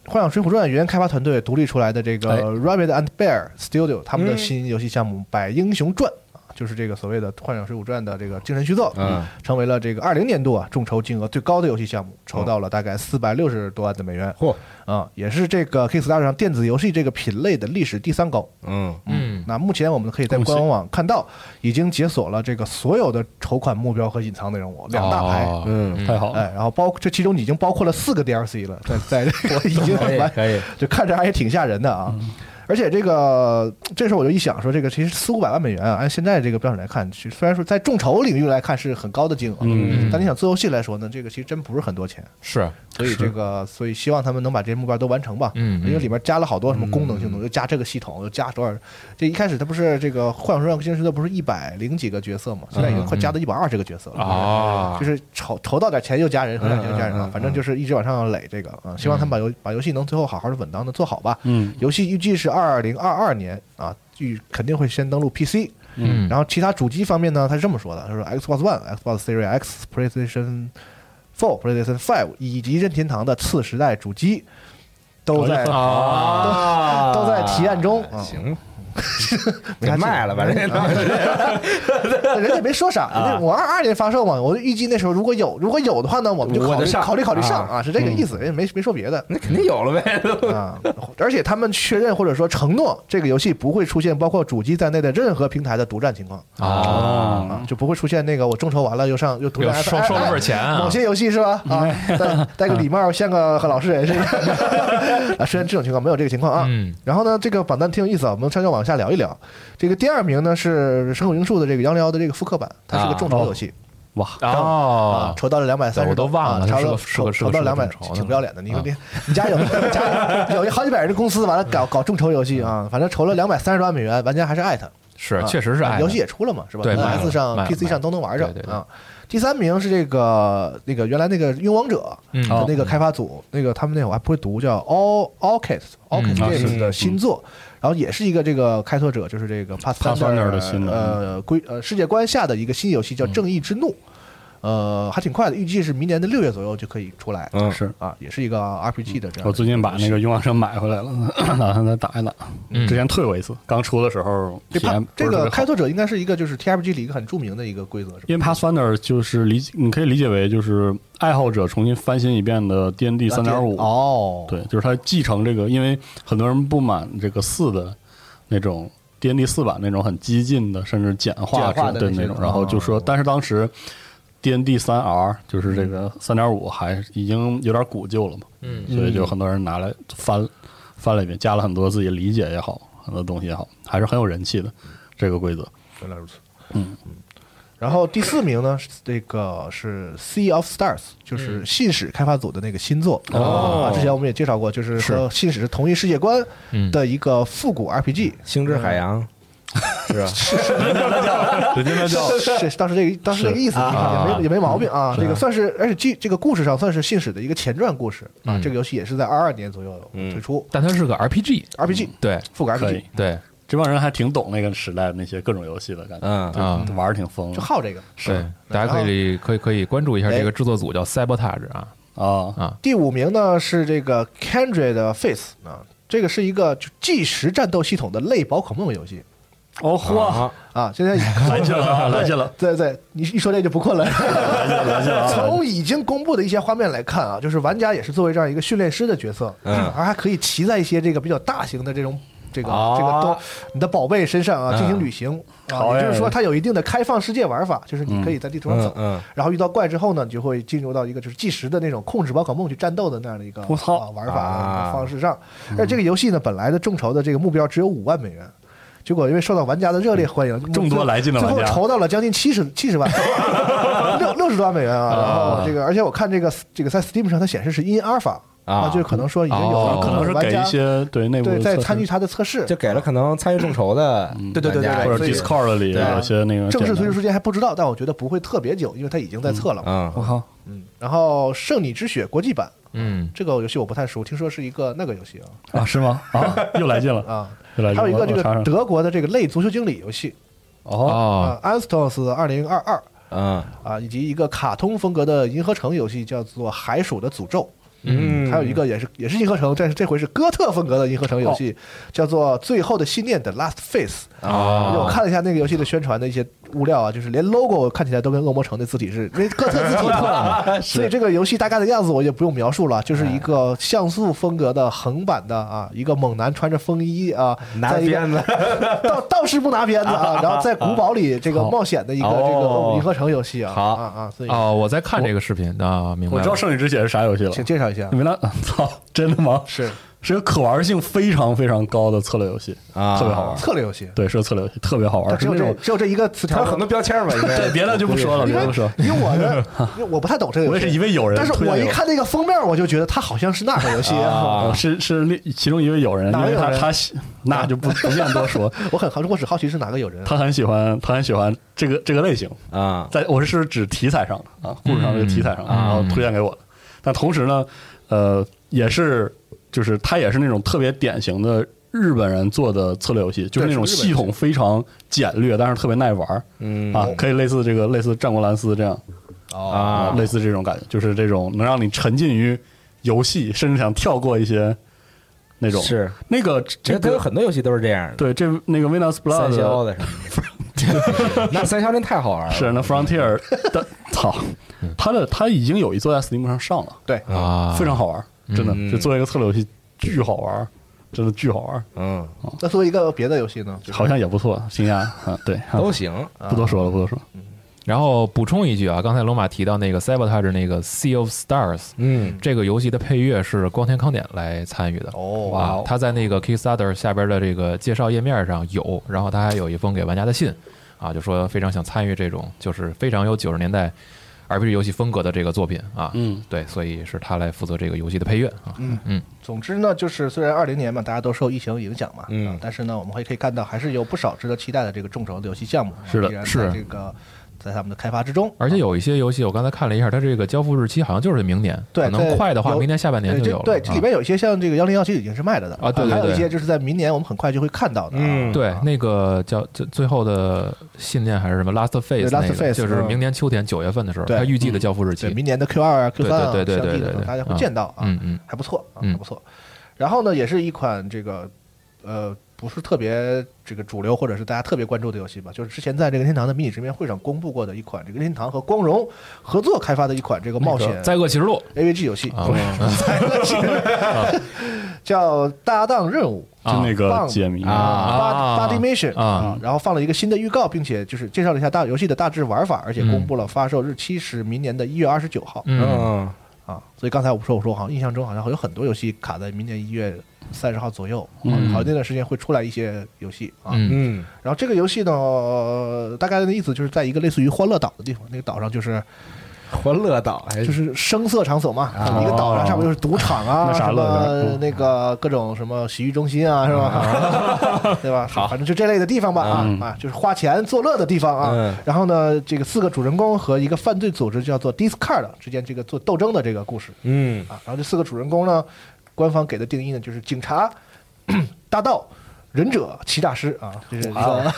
《幻想水浒传》原开发团队独立出来的这
哎
个 Rabbit and Bear Studio 他们的
嗯
新游戏项目《百英雄传》啊，就是这个所谓的《幻想水浒传》的这个精神续作，
嗯，
成为了这个二零年度啊众筹金额最高的游戏项目，筹到了大概四百六十多万的美元，
嚯，
啊，也是这个 Kickstarter 上电子游戏这个品类的历史第三高。
嗯，
嗯，
那目前我们可以在官网看到，已经解锁了这个所有的筹款目标和隐藏的任务两大牌。
哦
嗯，
太好了，
哎，然后包这其中已经包括了四个 DLC 了，在
[LAUGHS]
在我已经
可以
完，
可以，
就看着还挺吓人的啊。而且这个这时候我就一想说，这个其实四五百万美元啊，按现在这个标准来看，其实虽然说在众筹领域来看是很高的金额，
嗯
但你想做游戏来说呢，这个其实真不是很多钱，
是，
所以这个所以希望他们能把这些目标都完成吧。
嗯嗯
因为里面加了好多什么功能性东西，又加这个系统，又加多少？这一开始它不是这个《幻想水浒精神的不是一百零几个角色嘛，现在已经快加到一百二十个角色了。
哦，
就是筹筹到点钱又加人，筹到点钱又加人
嗯
啊
嗯，
反正就是一直往上垒这个啊。希望他们把游把游戏能最后好好的稳当的做好吧。
嗯
游戏预计是二零二二年啊，预肯定会先登陆 PC。
嗯，
然后其他主机方面呢，他是这么说的，他说 Xbox One、Xbox Series X、PlayStation Four、PlayStation Five 以及任天堂的次时代主机都在
啊
都在提案中啊
行，
没啥
[LAUGHS] 给
劲
卖了吧，这
人家没说啥，人家我二二年发售嘛，我就预计那时候如果有如果有的话呢，我们就
我
考
就
虑
上
考虑考虑上啊，是这个意思，人家没没说别的。
[LAUGHS] 那肯定有了呗，
啊，而且他们确认或者说承诺，这个游戏不会出现包括主机在内的任何平台的独占情况
嗯
哦，
啊，就不会出现那个我众筹完了又上又独
又
占 F-
收
F-
收了份钱啊
哎某些游戏是吧？啊，戴戴个礼帽像个老实人似的。 [LAUGHS] 啊，虽然这种情况没有这个情况啊。
嗯
然后呢，这个榜单挺有意思啊，我们悄悄往下聊一聊。这个第二名呢是山口英树的这个幺零幺的这个复刻版，它是个众筹游戏。
哇，
啊
哦，，
筹到了两百
对
三十，啊
我都忘了
筹
它是
到
个是个是
筹
个
到
是个
两百
众筹，的
挺不要脸的。你说
啊
你你家有你家有一好几百人的公司，完了搞搞众筹游戏啊，反正筹了两百三十万美元，玩家还是爱它，
是，
啊
确实是爱的
游戏也出了嘛，是吧
对买了
？NS 上
买、了
PC 上都能玩上
对对对
啊。第三名是这个那个原来那个《勇王者》
嗯
的那个开发组，那个他们那我还不会读，叫 All All Kids All
嗯
Kids
啊是
Games 的新作，然后也是一个这个开拓者，就是这个
Pathfinder 的新的嗯
呃规呃世界观下的一个新游戏叫《正义之怒》，呃还挺快的，预计是明年的六月左右就可以出来
嗯
是
啊，也是一个 RPG 的这样的。
我最近把那个《勇往者》买回来了，打算再打一打。
嗯
之前退过一次，刚出的时候
这
体验
帕
不
这
是特
个
别好
开拓者应该是一个就是 TRPG 里一个很著名的一个规则，是吧？
因为 Pathfinder 就是理解，你可以理解为就是爱好者重新翻新一遍的 D N D 三点五。
哦，
对，就是它继承这个，因为很多人不满这个四的那种 D N D 四版那种很激进的，甚至简化
简化的
对
那些
那种，然后就说，但是当时 D N D 三 R 就是这个三点五还已经有点古旧了嘛，
嗯，
所以就很多人拿来翻翻了一遍，加了很多自己理解也好，很多东西也好，还是很有人气的这个规则。
原来如此。嗯，然后第四名呢，是这个是《Sea of Stars》，就是信使开发组的那个新作。
哦
啊，之前我们也介绍过，就是和信使是同一世界观的一个复古 RPG。
[LAUGHS] 星之海洋，是吧？
是当时这个当时这个意思也没也没毛病啊，这个算是而且这这个故事上算是信使的一个前传故事啊，
嗯
这个游戏也是在二二年左右推出
但它是个 RPG，
RPG
对
复古
可以
RPG，，
对，
这帮人还挺懂那个时代那些各种游戏的感觉，
嗯
啊
就玩儿挺疯
就
的
好这个。
对，大家可以可以可以关注一下
哎
这个制作组叫 Sabotage 啊，
啊
啊
第五名呢是这个 Kendra 的 Face 啊，这个是一个就计时战斗系统的类宝可梦游戏
哦嚯，
啊，[LAUGHS]
啊，现在已经
来劲了， [LAUGHS] 来劲了，
对对，你一说这就不困了。
啊
[LAUGHS] 从已经公布的一些画面来看啊，就是玩家也是作为这样一个训练师的角色，
嗯
而还可以骑在一些这个比较大型的这种。这个
哦
这个都你的宝贝身上
嗯
啊进行旅行啊，
好
也就是
哎
说它有一定的开放世界玩法，就是你可以在地图上
嗯
走，
嗯
然后遇到怪之后呢，你就会进入到一个就是计时的那种控制宝可梦去战斗的那样的一个
我操
啊玩法
啊
的方式上。而这个游戏呢，本来的众筹的这个目标只有五万美元，结果因为受到玩家的热烈欢迎，
[LAUGHS] 众多来劲的玩家
最后筹到了将近七十七十万，六六十多万美元啊！然后这个，而且我看这个这个在 Steam 上它显示是 in alpha，
啊，
就是可能说已经有
哦
了
可能是
玩
给
家
一些对内部
对在
测试
参与他的测试
就，给了可能参与众筹的玩家，
对对对对对
或者
所以
Discord 里
对
有些那个
正式推
简
出
单
时间还不知道，但我觉得不会特别久，因为它已经在测了嘛。
嗯，
我靠，
然后《圣女之血》国际版
嗯，
这个游戏我不太熟，听说是一个那个游戏啊
啊，是吗？
[LAUGHS]
啊，又来劲了，
啊，
又来劲了。
还有一个
哎我
这
我查
个
查
德国的这个类足球经理游戏
哦，
哦
啊，《Anstos 二零二二》
嗯
啊，以及一个卡通风格的银河城游戏叫做《海鼠的诅咒》。
嗯，
还有一个也是也是银河城，但是这回是哥特风格的银河城游
哦
戏，叫做《最后的信念》的 Last Face。
啊
因为我看了一下那个游戏的宣传的一些物料啊，就是连 logo 看起来都跟恶魔城的字体是因为哥特字
[LAUGHS]
体嘛，所以这个游戏大概的样子我也不用描述了，就是
哎
一个像素风格的横版的啊，一个猛男穿着风衣啊，
拿
在一个
鞭子，
[LAUGHS] 倒倒是不拿鞭
[LAUGHS]
子啊，然后在古堡里这个冒险的一个这
哦
个银河城游戏啊，
好
啊啊，所以
哦，我在看这个视频啊，明白
我
了。
知道《圣女之血》是啥游戏了。
请介绍一下
嗯你，没来？啊操，真的吗？
是
是个可玩性非常非常高的策略游戏
啊
特别好玩。
策略游戏，
对，是个策略游戏，特别好
它
玩，是
只有
那
这
种
只有这一个词
它
条
有。很多标签嘛，应该
对 [LAUGHS] 别的就不说了，
因
别
为
的不说。
因为我
[LAUGHS]
的，因为我不太懂这个游戏，
我也是一位友人
但是
推荐
我一
我
看那个封面，我就觉得它好像是那款游戏啊。
啊，是是另其中一位友人，因
哪位
为他
友人
他喜那就不不便多
[LAUGHS]
说，
[LAUGHS] 我很好，我只好奇是哪个友人啊。
他很喜欢他很喜欢这个这个类型，
啊，
在我是指题材上的啊，故事上
嗯
这个题材上的，然后推荐给我的。但同时呢，呃，也是就是它也是那种特别典型的日本人做的策略游戏，就是那种系统非常简略，但是特别耐玩儿
嗯
啊，可以类似这个类似战国蓝斯这样
啊，
类似这种感觉，就是这种能让你沉浸于游戏，甚至想跳过一些那种
是，
那个
其
这
实它有
个
很多游戏都是这样的，
对这那个 Venus
三
Blood
消的什么的，那三消真太好玩了，啊
是那 Frontier 的操，它的它已经有一座在 Steam 上上了。
对，
啊，
非常好玩，真的，
嗯
就作为一个策略游戏，巨好玩，真的巨好玩，
嗯，
那作为一个别的游戏呢？
好像也不错，新亚啊，对，啊
都行，啊
不多说了，不多说了，
然后补充一句啊，刚才龙马提到那个 Sabotage 那个 Sea of Stars
嗯
这个游戏的配乐是光田康典来参与的。
哦
啊他在那个 Kickstarter 下边的这个介绍页面上有，然后他还有一封给玩家的信，啊，就说非常想参与这种就是非常有九十年代 RPG 游戏风格的这个作品啊，
嗯，
对，所以是他来负责这个游戏的配乐啊，
嗯总之呢，就是虽然二零年嘛，大家都受疫情影响嘛，
嗯
啊但是呢，我们还可以看到还是有不少值得期待的这个众筹的游戏项目，啊
是的
依然在
是
这个在他们的开发之中。
而且有一些游戏我刚才看了一下，它这个交付日期好像就是明年，
对
可能
在
快的话
有
明年下半年
对，
就
这
有了，
对这里
啊
边有一些像这个幺零幺七已经是卖了的
啊对对
还有
对
一些就是在明年我们很快就会看到的啊。
嗯
对，那个叫最最后的信念还是什么 Last Phase，
Last
那个
Phase，
就是
嗯
明年秋天九月份的时候，
对
它预计的交付日
对，
期。
明年的 Q 二啊、Q 三啊、
对对对对
相继的
对对对
大家会
啊
见到啊，
嗯嗯，
还不错啊，
嗯
还不错。然后呢，也是一款这个呃不是特别这个主流或者是大家特别关注的游戏吧，就是之前在这个任天堂的迷你直面会上公布过的一款这个任天堂和光荣合作开发的一款这个冒险
灾厄启示录
AVG 游戏，
啊，
嗯
叫《搭档任务》
[LAUGHS] 就那个解谜
啊
八八 D Mission 嗯
啊，
然后放了一个新的预告，并且就是介绍了一下大游戏的大致玩法，而且公布了发售日期是明年的一月二十九号。
嗯，
嗯
啊，所以刚才我说我说好像印象中好像有很多游戏卡在明年一月三十号左右，啊
嗯
好像那段时间会出来一些游戏啊。
嗯
嗯
然后这个游戏呢、呃大概的意思就是在一个类似于欢乐岛的地方，那个岛上就是
欢乐岛还
就是是声色场所嘛，一个岛上上面就是赌场啊，
嗯啊那啥
什
乐园
么
嗯
那个各种什么洗浴中心啊，是吧？ [LAUGHS] 对吧？好，反正就这类的地方吧啊
啊嗯
啊，就是花钱作乐的地方
嗯
啊。然后呢，这个四个主人公和一个犯罪组织叫做 Discard 之间这个做斗争的这个故事。
嗯
啊。然后这四个主人公呢，官方给的定义呢就是警察、 [COUGHS] 大盗、忍者、骑大师啊，这是一个
哦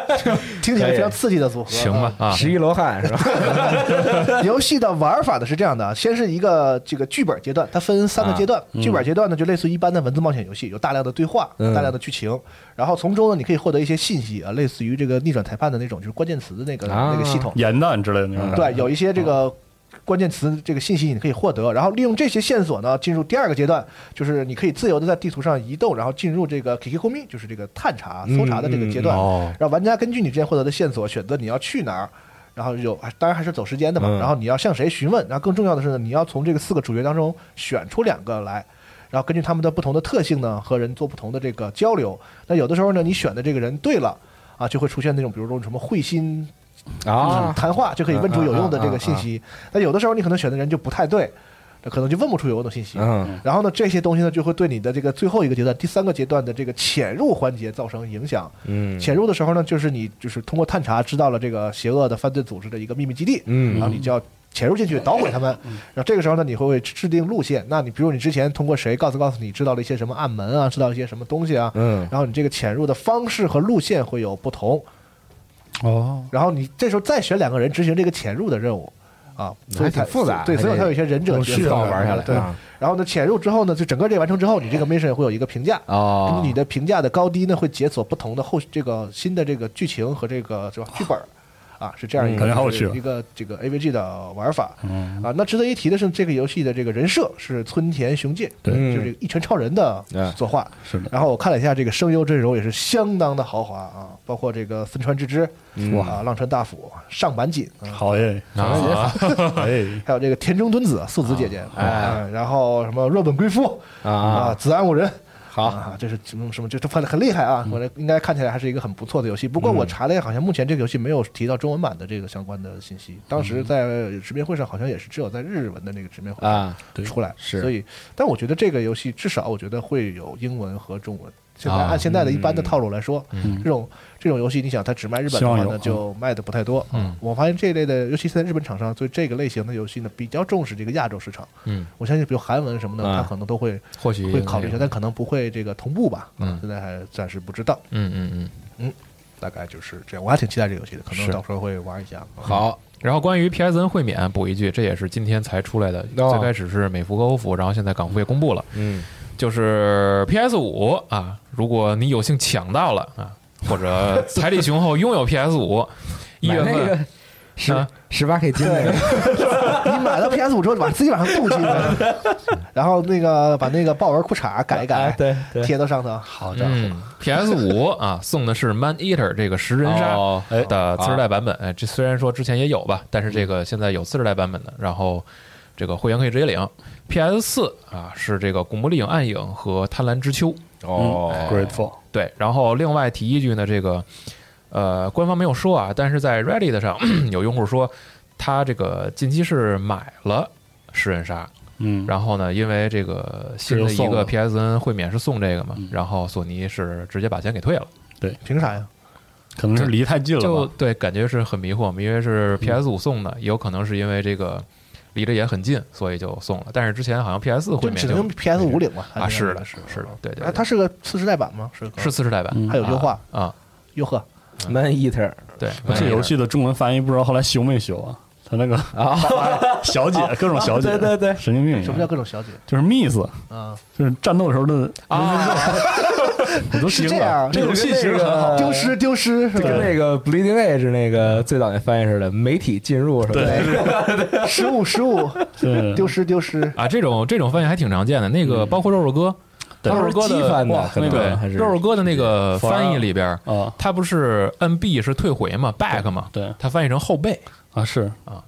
[LAUGHS] 听起来非常刺激的组合。
行吧
啊。
啊，
十一罗汉嗯是吧？
[LAUGHS] 游戏的玩法呢是这样的啊，先是一个这个剧本阶段，它分三个阶段。剧本阶段呢就类似于一般的文字冒险游戏，有大量的对话、
嗯
大量的剧情，然后从中呢你可以获得一些信息啊，类似于这个逆转裁判的那种，就是关键词的那个
啊
那个系统。
盐蛋之类的那种感觉，
对，有一些这个
嗯
关键词这个信息你可以获得，然后利用这些线索呢，进入第二个阶段，就是你可以自由的在地图上移动，然后进入这个 Kikikomi，就是这个探查、搜查的这个阶段，
嗯哦
让玩家根据你之前获得的线索选择你要去哪儿。然后有，当然还是走时间的嘛。
嗯
然后你要向谁询问，然后更重要的是呢，你要从这个四个主角当中选出两个来，然后根据他们的不同的特性呢，和人做不同的这个交流。那有的时候呢，你选的这个人对了啊，就会出现那种，比如说什么会心
啊嗯
谈话就可以问出有用的这个信息。那有的时候你可能选的人就不太对，可能就问不出有用的信息。
嗯
然后呢，这些东西呢就会对你的这个最后一个阶段、第三个阶段的这个潜入环节造成影响。
嗯
潜入的时候呢，就是你就是通过探查知道了这个邪恶的犯罪组织的一个秘密基地，
嗯
然后你就要潜入进去捣毁他们。然后这个时候呢，你会制定路线。那你比如你之前通过谁告诉告诉你知道了一些什么暗门啊，知道一些什么东西啊，
嗯
然后你这个潜入的方式和路线会有不同。
哦，
然后你这时候再选两个人执行这个潜入的任务。啊，所以才
还挺复杂
对，所以才有一些忍者
有
角色
序的玩下来
对
啊，
然后呢，潜入之后呢，就整个这完成之后，
[LAUGHS]
你这个 mission 会有一个评价，
哦
根据你的评价的高低呢，会解锁不同的后续这个新的这个剧情和这个是吧剧本儿啊，是这样一
嗯
个
感觉好有趣啊
一个这个 AVG 的玩法
嗯
啊。那值得一提的是，这个游戏的这个人设是村田雄介，
对
就是这个一拳超人的
嗯
作画。
是的，
然后我看了一下这个声优阵容也是相当的豪华啊，包括这个森川智之
哇
啊、浪川大辅、上坂锦啊，
好耶，
啊，
[LAUGHS]
哎，
还有这个田中敦子、素子姐姐，啊，然后什么若本贵夫啊、
啊，
子安五人，
好，
啊，这是什么什么，这这很很厉害啊！我这应该看起来还是一个很不错的游戏。不过我查了，好像目前这个游戏没有提到中文版的这个相关的信息。当时在直面会上，好像也是只有在日文的那个直面会上
啊，
嗯
对
出来，
是
所以，但我觉得这个游戏至少我觉得会有英文和中文。现在
啊
按现在的一般的套路来说，
嗯
这种这种游戏，你想它只卖日本
希
的
望
话
有
呢，就卖的不太多。
嗯，
我发现这一类的，尤其现在日本厂商对这个类型的游戏呢，比较重视这个亚洲市场。
嗯，
我相信，比如韩文什么的，
啊
它可能都会
或许
会考虑一下，
那
但
个
可能不会这个同步吧。
嗯
现在还暂时不知道，
嗯嗯嗯。
大概就是这样。我还挺期待这个游戏的，可能
是
到时候会玩一下。
好，
然后关于 PSN 会免补一句，这也是今天才出来的，
哦
最开始是美服和欧服，然后现在港服也公布了，
嗯，
就是 PS 五啊，如果你有幸抢到了啊，或者财力雄厚拥有 PS 五，一月
买那
份
个十
啊
十八 K 金那个，
你买到 PS 五之后，把自己往上镀金了， [LAUGHS] 然后那个把那个豹纹裤衩改
啊
一改，
对对，
贴到上头。
好家伙，
嗯，PS 五啊，送的是《Man Eater》这个食人鲨
哦
哎啊
的次世代版本。哎，这虽然说之前也有
嗯
吧，但是这个现在有次世代版本的，然后这个会员可以直接领。PS 四啊是这个《古墓丽影：暗影》和《贪婪之秋》。
哎
哦
嗯，Grateful，
对，然后另外提一句呢，这个呃，官方没有说啊，但是在 Reddit 上 [CLEARS THROAT] 有用户说，他这个近期是买了食人鲨，
嗯，
然后呢，因为这个新的
这就
一
送
个
了
PSN 会免是送这个嘛
嗯，
然后索尼是直接把钱给退了，
凭啥呀？
可能是离太近
就
了吧，嗯
对，感觉是很迷惑嘛，因为是 PS 五送的，也有可能是因为这个离着也很近，所以就送了。但是之前好像 PS 会
就
免
只
就
能用 PS 五领嘛？
啊，是的，
是
是的，对对，
啊，它是个次世代版吗？是个
是次世代版，
嗯
还有优化
啊，
优赫
，Man Eater
对，
哎
这游戏的中文翻译不知道后来修没修啊？他那个
啊，
[LAUGHS] 小姐，各种小姐，
[LAUGHS] 对对对
神经病一样，
什么叫各种小姐
就是 miss，
啊？
就是战斗时候的，
啊，
[LAUGHS] 我都
是
惊
这
了
样，。
这游戏其实很好，
丢失丢失是吧？
[LAUGHS] 跟那个 Bleeding Edge 那个最早那翻译似的，媒体进入什么的，
对，失误失误，
嗯对
丢失丢失。
啊，这种这种翻译还挺常见的。那
嗯
个包括肉肉哥，肉肉哥
都是机翻
的
的
哇
可能
那
对
个
还是
肉肉哥的那个翻译里边，
啊
他不是 NB 是退回嘛，back 嘛，
对对
他翻译成后背
啊是
啊。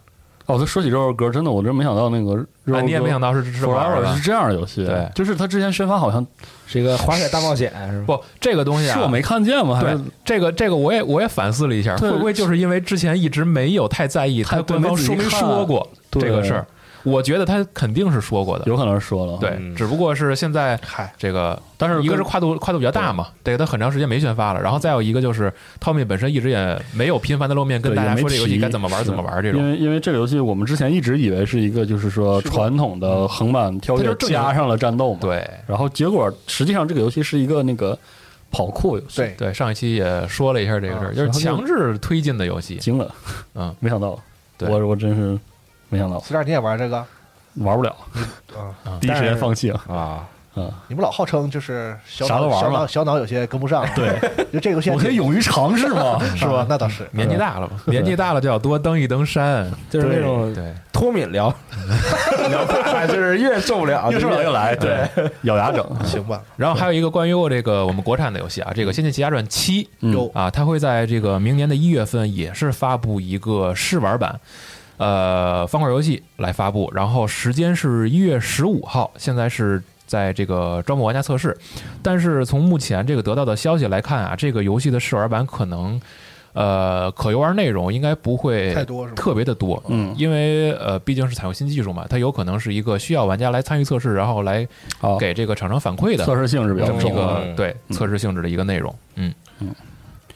哦，他说起肉肉哥，真的，我真没想到那个肉肉
啊，
哥，
你也没想到是是
f o
玩
r
儿
e
的
是。这样的游戏，
对
就是他之前宣发好像
是一个滑雪大冒险是吧？
不，这个东西啊，
是我没看见吗？还
对
是
这个这个我也我也反思了一下，
对
会不会就是因为之前一直没有太在意
太
他官
对没
方
仔细
说明
看
说过
对
这个事儿？我觉得他肯定是说过的，
有可能是说了，
对，只不过是现在
嗨
这个，
但是
一
跟
个是跨度跨度比较大嘛，对，他很长时间没宣发了，然后再有一个就是 Tommy 本身一直也没有频繁的露面跟
对
大
也
家
没
说这游戏
提
该怎么玩
是
怎么玩这
因
种，
为因为这个游戏我们之前一直以为是一个就是说传统的横版跳
嗯它
跃
就是正经
加上了战斗嘛，。
对
然后结果实际上这个游戏是一个那个跑酷游戏，
对，
对，上一期也说了一下这个事儿，
啊
就是
然后就
强制推进的游戏，
惊了，
嗯，
[LAUGHS] 没想到，
对
我我真是没想到，
四十二你也玩这个？啊
玩不了，第一时间放弃了，
啊，
你们老号称就是小
啥都
脑
玩
小
吧
脑小脑有些跟不上，
对，
就这个游戏
我可以勇于尝试嘛，是
[LAUGHS] 是吧
吧？？
那倒是，
年纪大了嘛，年纪大了就要多登一登山，
就是那种
对，
脱敏
[LAUGHS]
聊聊法， [LAUGHS] 就是越受不了
越说越来，对， [LAUGHS] 咬牙整，
行吧？
然后还有一个关于我这个我们国产的游戏啊，这个《仙剑奇侠传七》
嗯
有
啊，它会在这个明年的一月份也是发布一个试玩版，呃，方块游戏来发布，然后时间是一月十五号，现在是。在这个招募玩家测试，但是从目前这个得到的消息来看啊，这个游戏的试玩版可能，呃可游玩内容应该不会
太多是吗
特别的多，
嗯
因为呃毕竟是采用新技术嘛，它有可能是一个需要玩家来参与测试，然后来
好，
给这个厂商反馈的
测试性质比
这
较
么一
重啊。
个对测试性质的一个内容，嗯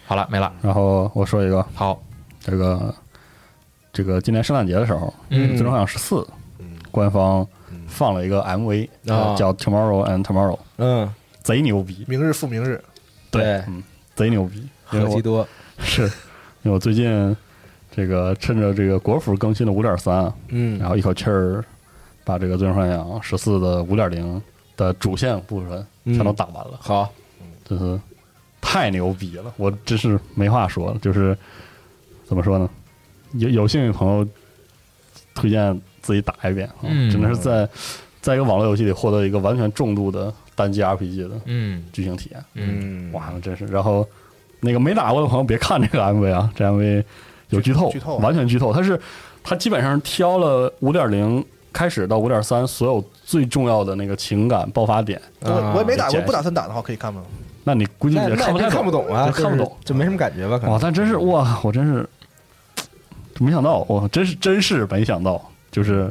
好了，没了，
然后我说一个，
好，
这个这个今年圣诞节的时候，
嗯
最终幻想十四》官方放了一个 MV，、
啊
叫《Tomorrow and Tomorrow》，
嗯，
贼牛逼，
明日复明日，
对
嗯，贼牛逼，因
赫
为
基
我
多，
是，因为我最近这个趁着这个国服更新的五点三，啊
嗯
然后一口气儿把这个《最终幻想十四》的五点零的主线部分全都打完了，
好，
真是太牛逼了，我真是没话说了。就是怎么说呢？有有幸运朋友推荐自己打一遍，啊
嗯
真的是在在一个网络游戏里获得一个完全重度的单机 RPG 的
嗯
剧情体验。
嗯
嗯，
哇，那真是。然后那个没打过的朋友别看这个 MV 啊，这 MV 有剧透，
剧
啊
透
完全剧透。它是它基本上挑了五点零开始到五点三所有最重要的那个情感爆发点。
我我也没打
这
过，
样
不打算打的话可以看吗？
那你估计
那
也
那
看不太
真看不懂啊，
看不懂。
就是，就没什么感觉吧？可能
哇，但真是哇，我真是没想到，我真是真是没想到，就是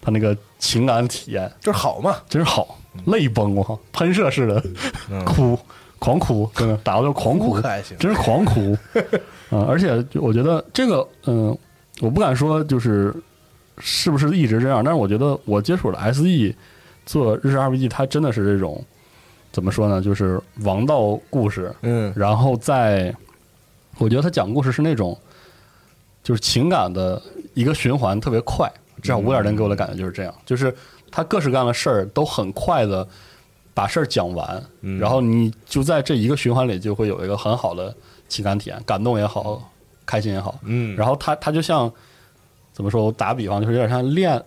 他那个情感体验
就是好嘛，
真是好，泪崩，我靠，喷射似的
嗯
[LAUGHS] 哭，狂哭，真的打到就狂
不
哭
可，还行。
[LAUGHS] 真是狂哭啊！而且就我觉得这个，嗯，我不敢说就是是不是一直这样，但是我觉得我接触了 SE 做日式 RPG，它真的是这种怎么说呢，就是王道故事，
嗯
然后在，我觉得他讲故事是那种，就是情感的一个循环特别快，至少五点零给我的感觉就是这样，
嗯
就是他各式各样的事儿都很快的把事儿讲完，
嗯
然后你就在这一个循环里就会有一个很好的情感体验，感动也好，开心也好，
嗯，
然后它它就像怎么说？我打比方，就是有点像链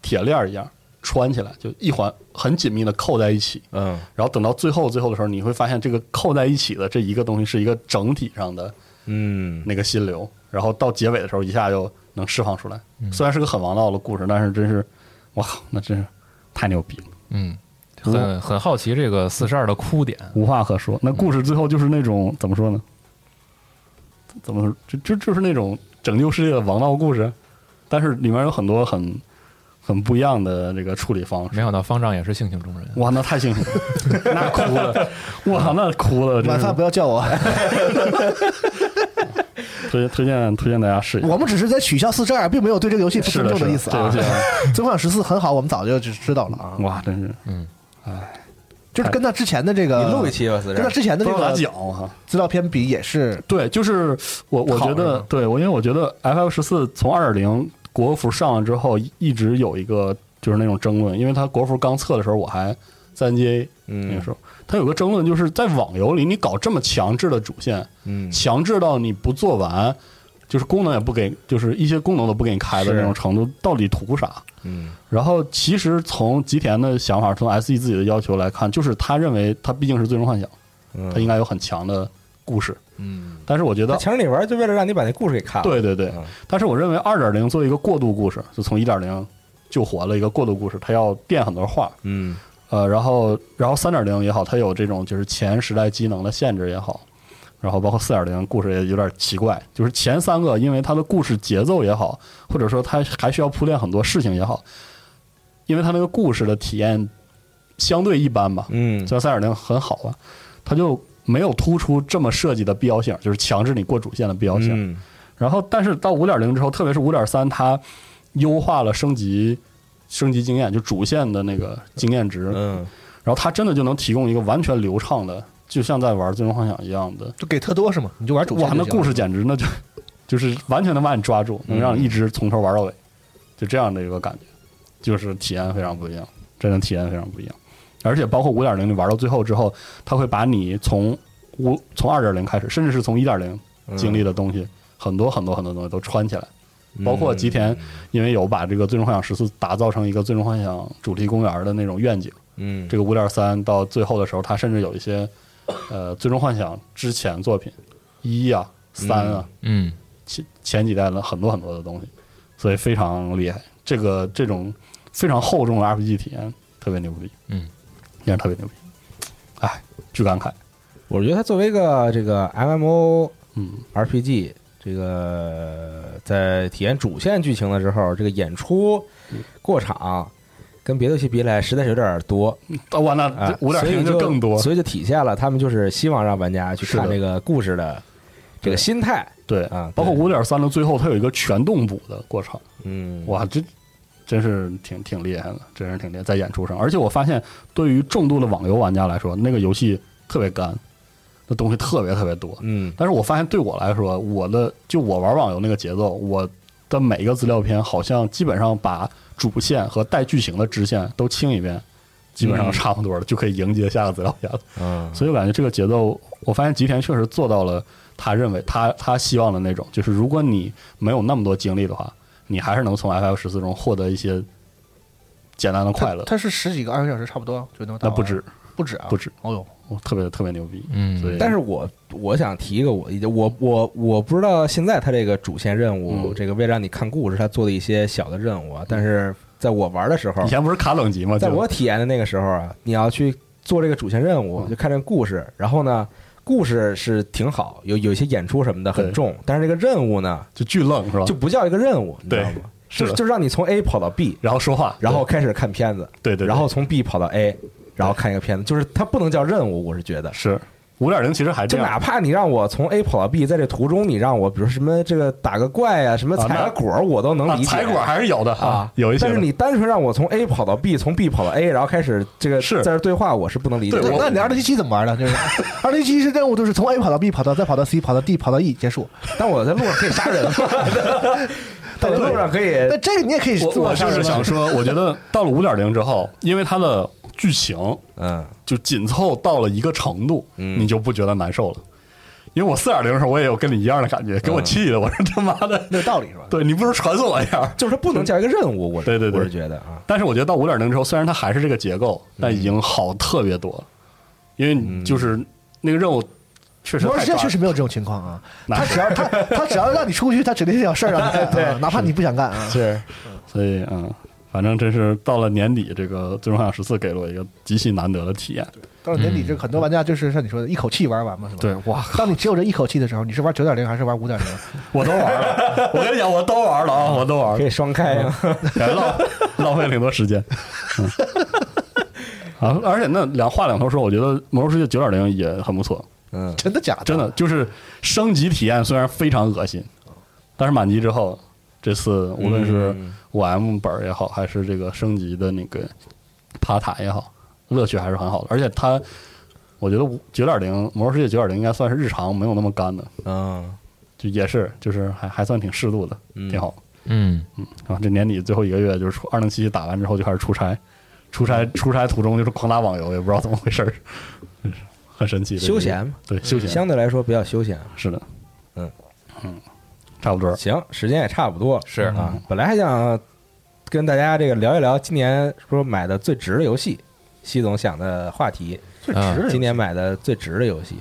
铁链儿一样穿起来，就一环很紧密的扣在一起，
嗯
然后等到最后最后的时候，你会发现这个扣在一起的这一个东西是一个整体上的
嗯
那个心流，然后到结尾的时候一下就能释放出来。虽然是个很王道的故事，但是真是，哇靠，那真是太牛逼了，
嗯，很很好奇这个四十二的哭点，
无话可说。那故事最后就是那种怎么说呢？怎么说就就就是那种拯救世界的王道故事，但是里面有很多很很不一样的这个处理方式。
没想到方丈也是性情中人，
哇，那太幸福了，那哭了，哇，那哭了，真是
晚饭不要叫我，
推推荐推荐大家试一下。
我们只是在取笑四十二，并没有对这个游戏不
是
尊
的，
重
是
的意思
这
啊
游。戏啊，
《最后幻想十四》很好，我们早就知知道了啊，
哇，真是哎
就是跟他之前的这
你
个，
录一期吧，四
跟他
十，
之前的
不
这
知道咋
个
讲啊。
资料片比也是
对，就是我我觉
好
得
是吗，
对我因为我觉得 F F 十四从二点零国服上了之后，一直有一个就是那种争论，因为它国服刚测的时候，我还在 N G A 那个
嗯
时候，它有个争论，就是在网游里你搞这么强制的主线，
嗯
强制到你不做完。就是功能也不给，就是一些功能都不给你开的
是
那种程度，到底图啥？
嗯
然后其实从吉田的想法，从 SE 自己的要求来看，就是他认为他毕竟是最终幻想，
嗯，
他应该有很强的故事。
嗯，
但是我觉
他
得，
强制你玩，就为了让你把那故事给看了，
对对对
嗯，
但是我认为二点零作为一个过渡故事，就从一点零救活了一个过渡故事，它要变很多话。
嗯
呃，然后然后三点零也好，它有这种就是前时代机能的限制也好，然后包括四点零故事也有点奇怪，就是前三个因为它的故事节奏也好，或者说它还需要铺垫很多事情也好，因为它那个故事的体验相对一般吧，
嗯
虽然三点零很好吧，它就没有突出这么设计的必要性，就是强制你过主线的必要性。
嗯
然后，但是到五点零之后，特别是五点三，它优化了升级升级经验，就主线的那个经验值，
嗯
然后它真的就能提供一个完全流畅的，就像在玩《最终幻想》一样的。
就给特多是吗？你就玩主线
哇，
就
那
行了
故事简直那就就是完全能把你抓住，能让你
嗯
一直从头玩到尾，就这样的一个感觉，就是体验非常不一样，真的体验非常不一样。而且包括五点零，你玩到最后之后，它会把你从五从二点零开始，甚至是从一点零
嗯
经历的东西，很多很多很多东西都穿起来。包括吉田
嗯，
因为有把这个《最终幻想十四》打造成一个《最终幻想》主题公园的那种愿景，
嗯
这个五点三到最后的时候，它甚至有一些呃《最终幻想》之前作品一啊、三啊、
嗯
前前几代的很多很多的东西，所以非常厉害。这个这种非常厚重的 RPG 体验特别牛逼，
嗯，
也是特别牛逼。哎，巨感慨，
我觉得它作为一个这个 MMO
嗯
RPG 这个在体验主线剧情的时候，这个演出
嗯
过场跟别的游戏比起来，实在是有点多
啊，完了，
啊
这，五点
所以
零就更多。
所以就体现了他们就是希望让玩家去
是的
看这个故事的这个心态。
对
啊
包括
对
五点三的最后，它有一个全动捕的过程，
嗯，
哇，这真是挺挺厉害的，真是挺厉害，在演出上。而且我发现，对于重度的网游玩家来说，那个游戏特别干，那东西特别特别多。
嗯
但是我发现对我来说，我的就我玩网游那个节奏，我的每一个资料片好像基本上把主线和带剧情的支线都清一遍，基本上差不多了，就可以迎接下个资料片了。
嗯，
所以我感觉这个节奏，我发现吉田确实做到了他认为他他希望的那种，就是如果你没有那么多精力的话，你还是能从 FF 十四中获得一些简单的快乐。
它是十几个二十个小时差不多就能打
那
完，
不止，
不止啊，
不止，
哦呦，
我特别特别牛逼。
嗯
所以
但是我我想提一个我的意见，我我我不知道现在他这个主线任务，
嗯
这个为了让你看故事，他做的一些小的任务啊。但是在我玩的时候
以，前不是卡等级吗？
在
就
我体验的那个时候啊，你要去做这个主线任务，
嗯
就看这个故事，然后呢。故事是挺好，有有一些演出什么的很
对
重，但是这个任务呢，
就巨愣是吧？
就不叫一个任务，你知道
对
吗？
是
就
的
就让你从 A 跑到 B，
然后说话，
然后开始看片子，
对对对，
然后从 B 跑到 A，然后看一个片子，就是它不能叫任务，我是觉得。
是五点零其实还这
就哪
样，
怕你让我从 A 跑到 B，在这途中你让我，比如什么这个打个怪啊，什么
啊
采
那
个果儿，我都能
啊
理解。
采果还是有的
啊，
有一些
但
的。
是你单纯让我从 A 跑到 B，从 B 跑到 A，然后开始这个
是
在这对话，我是不能理解
对
的。
我
那你二零七七怎么玩的？就是
二零七是 [LAUGHS] 任务，就是从 A 跑到 B，跑到再跑到 C，跑到 D，跑到 E 结束。
但我在路上可以杀
[LAUGHS]
人嘛， [LAUGHS] 在路上可以
那这个你也可以
我
做
我
上
就是想说，我觉得到了五点零之后，因为它的剧情
嗯
就紧凑到了一个程度，
嗯
你就不觉得难受了。因为我四点零的时候，我也有跟你一样的感觉，给我气的，我说他妈的，
那有道理是吧？
[LAUGHS] 对你不如传送我一下。
就是它不能叫一个任务，我是
对对对
我是觉得啊，
但是我觉得到五点零之后，虽然它还是这个结构，但已经好特别多了，因为你就是那个任务确实
魔兽
太
世界
抓
确实没有这种情况啊，
那
他只要他他只要让你出去，他指定是有事儿让你
[LAUGHS]
干、啊，哪怕你不想干啊。
是，所以嗯，反正真是到了年底，这个《最终幻想十四》给了我一个极其难得的体验。
到了年底，这很多玩家就是像你说的，一口气玩完嘛，是吧？。
对，哇，
当你只有这一口气的时候，你是玩九点零还是玩五点零？
我都玩了，我跟你讲，我都玩了啊，我都玩
可
了
以，双开啊。
嗯感觉浪浪费了挺多时间。嗯，啊，而且那两话两头说，我觉得《魔兽世界》九点零也很不错，
嗯，
真的假的？
真的就是升级体验虽然非常恶心，但是满级之后，这次无论是
嗯
五 M 本儿也好，还是这个升级的那个爬塔也好，乐趣还是很好的。而且它，我觉得九点零《魔兽世界》九点零应该算是日常没有那么干的，
嗯
就也是就是还还算挺适度的，
嗯
挺好。
嗯，
啊，这年底最后一个月就是出二零七七打完之后就开始出差，出
嗯
差出差途中就是狂打网游，也不知道怎么回事儿， [LAUGHS] 真是很神奇。
休闲嘛，
对休闲
相对来说比较休闲。
是的，
嗯
嗯，差不多了。
行，时间也差不多了，
是
啊，本来还想跟大家这个聊一聊今年说买的最值的游戏，西总想的话题，
最
啊
值的，
今年买的最值的游戏，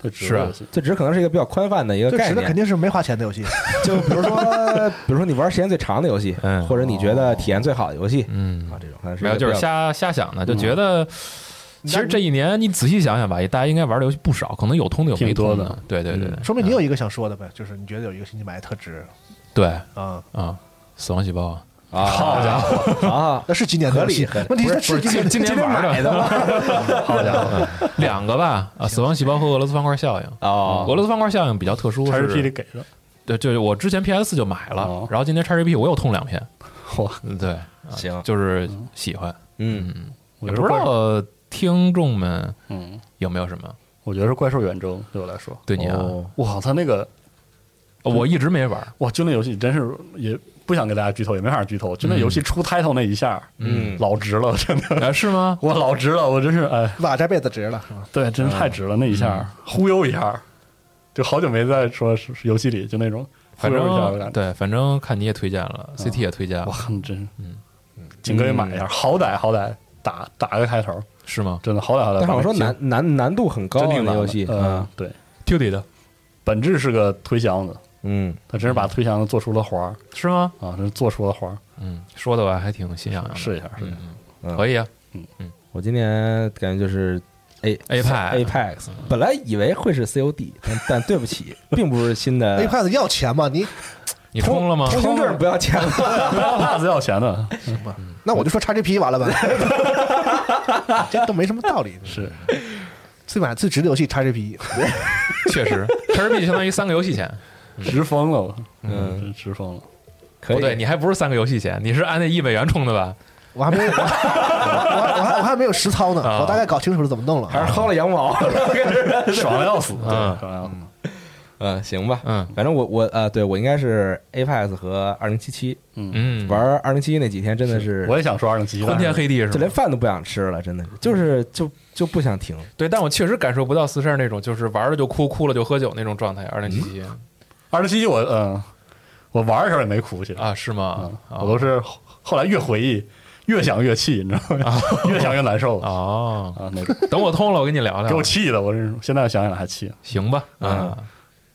最值
是
的
啊
游戏
最值可能是一个比较宽泛的一个
最
概
值的肯
念，啊
定是没花钱的游戏。
[LAUGHS] 就比如说， [LAUGHS] 比如说你玩时间最长的游戏，
嗯
或者你觉得体验最好的游戏，
嗯
啊，这种可能是一
没有
个
就是
比较
瞎瞎想的，就觉得。其实这一年你仔细想想吧，大家应该玩的游戏不少，可能有通的有
挺
没通
多的。
对对对对，
说明你有一个想说的呗，就是你觉得有一个星期买的特值
对
啊？
啊，死亡细胞啊，
啊，好家伙 [LAUGHS] 啊，
那是今年的游戏
合理合理，
问题是它
不
是
是
今
今
年
今年玩的
的吗？
[LAUGHS]
好家伙，两个吧啊，死亡细胞和俄罗斯方块效应。
哦
俄罗斯方块效应比较特殊，
叉 P 里
是
给的，
对，就是我之前 PS 四就买了
哦，
然后今天叉 GP 我又痛两篇，
哇，
嗯对，
行，
就是喜欢，
嗯，
我
也
觉
不
得
知
怪兽，
道啊听众们
嗯，
有没有什么
我觉得是怪兽远征对我来说，
对你啊？哦
哦
哇，他那个
我一直没玩，
哇，就那游戏真是也不想给大家剧透，也没法剧透，就那游戏
嗯
出 title 那一下，
嗯
老值了，真的，
啊是吗？
我老值了，我真是哎。
哇，这辈子值了是吧？
对，真是太值了，那一下、
嗯
忽悠一下，就好久没在说是是游戏里就那种忽
反
悠一下的
正
感觉。
对，反正看你也推荐了，CT 也推荐了
哇，，你真
嗯
仅可以买一下，好歹好歹打打个开头，
是吗
真的好歹好歹
但
打个开头。
好像说难难难度很高
真
啊，
挺
那
难的
游戏，
嗯，对，
？Tudy 的
本质是个推箱子，
嗯
他真是把推箱子做出了花儿
是吗？
啊，真是做出了花儿，
嗯，说的我还挺心痒痒的，
试一下，试一下。
嗯，
嗯
可以啊，
我今年感觉就是 A
Apex
Apex，本来以为会是 COD，但但对不起，并不是新的
A p a 要钱吗？你
你充了吗？
通行证不要钱了，
怕子要钱
[LAUGHS]
的，
那我就说 XGP 完了吧，这都没什么道理。
是
最买最值的游戏 XGP，
确实 t r b 相当于三个游戏钱，
直疯了我，
嗯
真直疯了。
可
不对，
以。
你还不是三个游戏钱，你是按那一美元充的吧？
我还 [LAUGHS] 没我我还我还我还没有实操呢，
啊
我大概搞清楚了怎么弄了。
还是薅了羊 [LAUGHS] 毛，
爽的要死，对，爽
嗯
的要死。
嗯，行吧，
嗯
反正我我呃，对我应该是 Apex 和二零七七
嗯，
玩二零七七那几天，真的是
我也想说二零七，
昏天黑地是
就
吧
连？饭都不想吃了，真的是，就是就就不想停。
对，但我确实感受不到四十二那种就是玩了就哭，哭了就喝酒那种状态。二零七七
二零七，我嗯，我玩的时候也没哭去，
啊，是吗
嗯？我都是后后来越回忆越想越气，你知道吗？ [LAUGHS] 越想越难受啊
哦，
那个
等我通了，我跟你聊
给
聊
我。气的，我是现在想想还气。
[LAUGHS] 行吧，啊，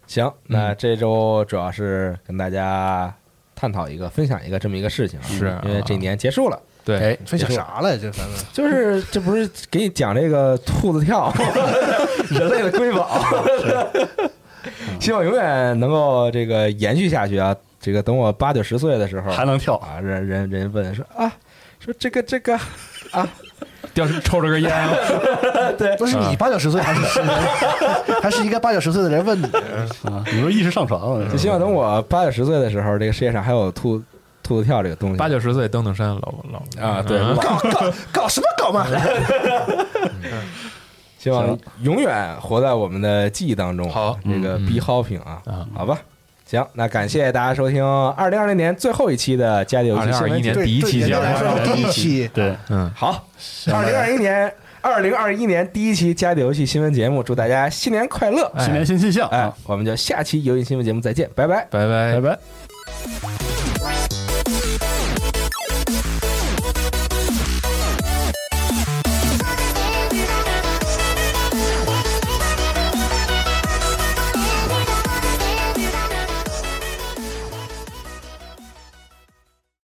行，那这周主要是跟大家探讨一个、分享一个这么一个事情啊，
是
因为这一年结束了，
对，
哎分享啥了？这咱们
就是这不是给你讲这个兔子跳，人类的瑰宝，希望永远能够这个延续下去啊！这个等我八九十岁的
哦
时候
还能跳，
啊，人人人问说啊，说这个这个，
掉抽着根烟，
那是你八九十岁还是十年 [LAUGHS] 还是一个八九十岁的人问你？
啊你说意识上传了，
嗯
就希望等我八九十岁的时候，这个世界上还有兔兔子跳这个东西。
八九十岁登登山，老老
啊，对，
嗯
搞搞
[LAUGHS] 搞什么搞嘛？
希望永远活在我们的记忆当中。
好
这个 B Hopping 啊，
嗯啊
好吧，行，那感谢大家收听二零二零年最后一期的《家里游戏新闻
2021
节
年
目
对
第一期
对
节
人
目
家来说第一期，
对，
好，二零二一年。二零二一年第一期《家里游戏新闻节目》，祝大家新年快乐！
新年新气象，
哎
啊，
我们就下期游戏新闻节目再见，拜拜。
拜
拜
拜
拜。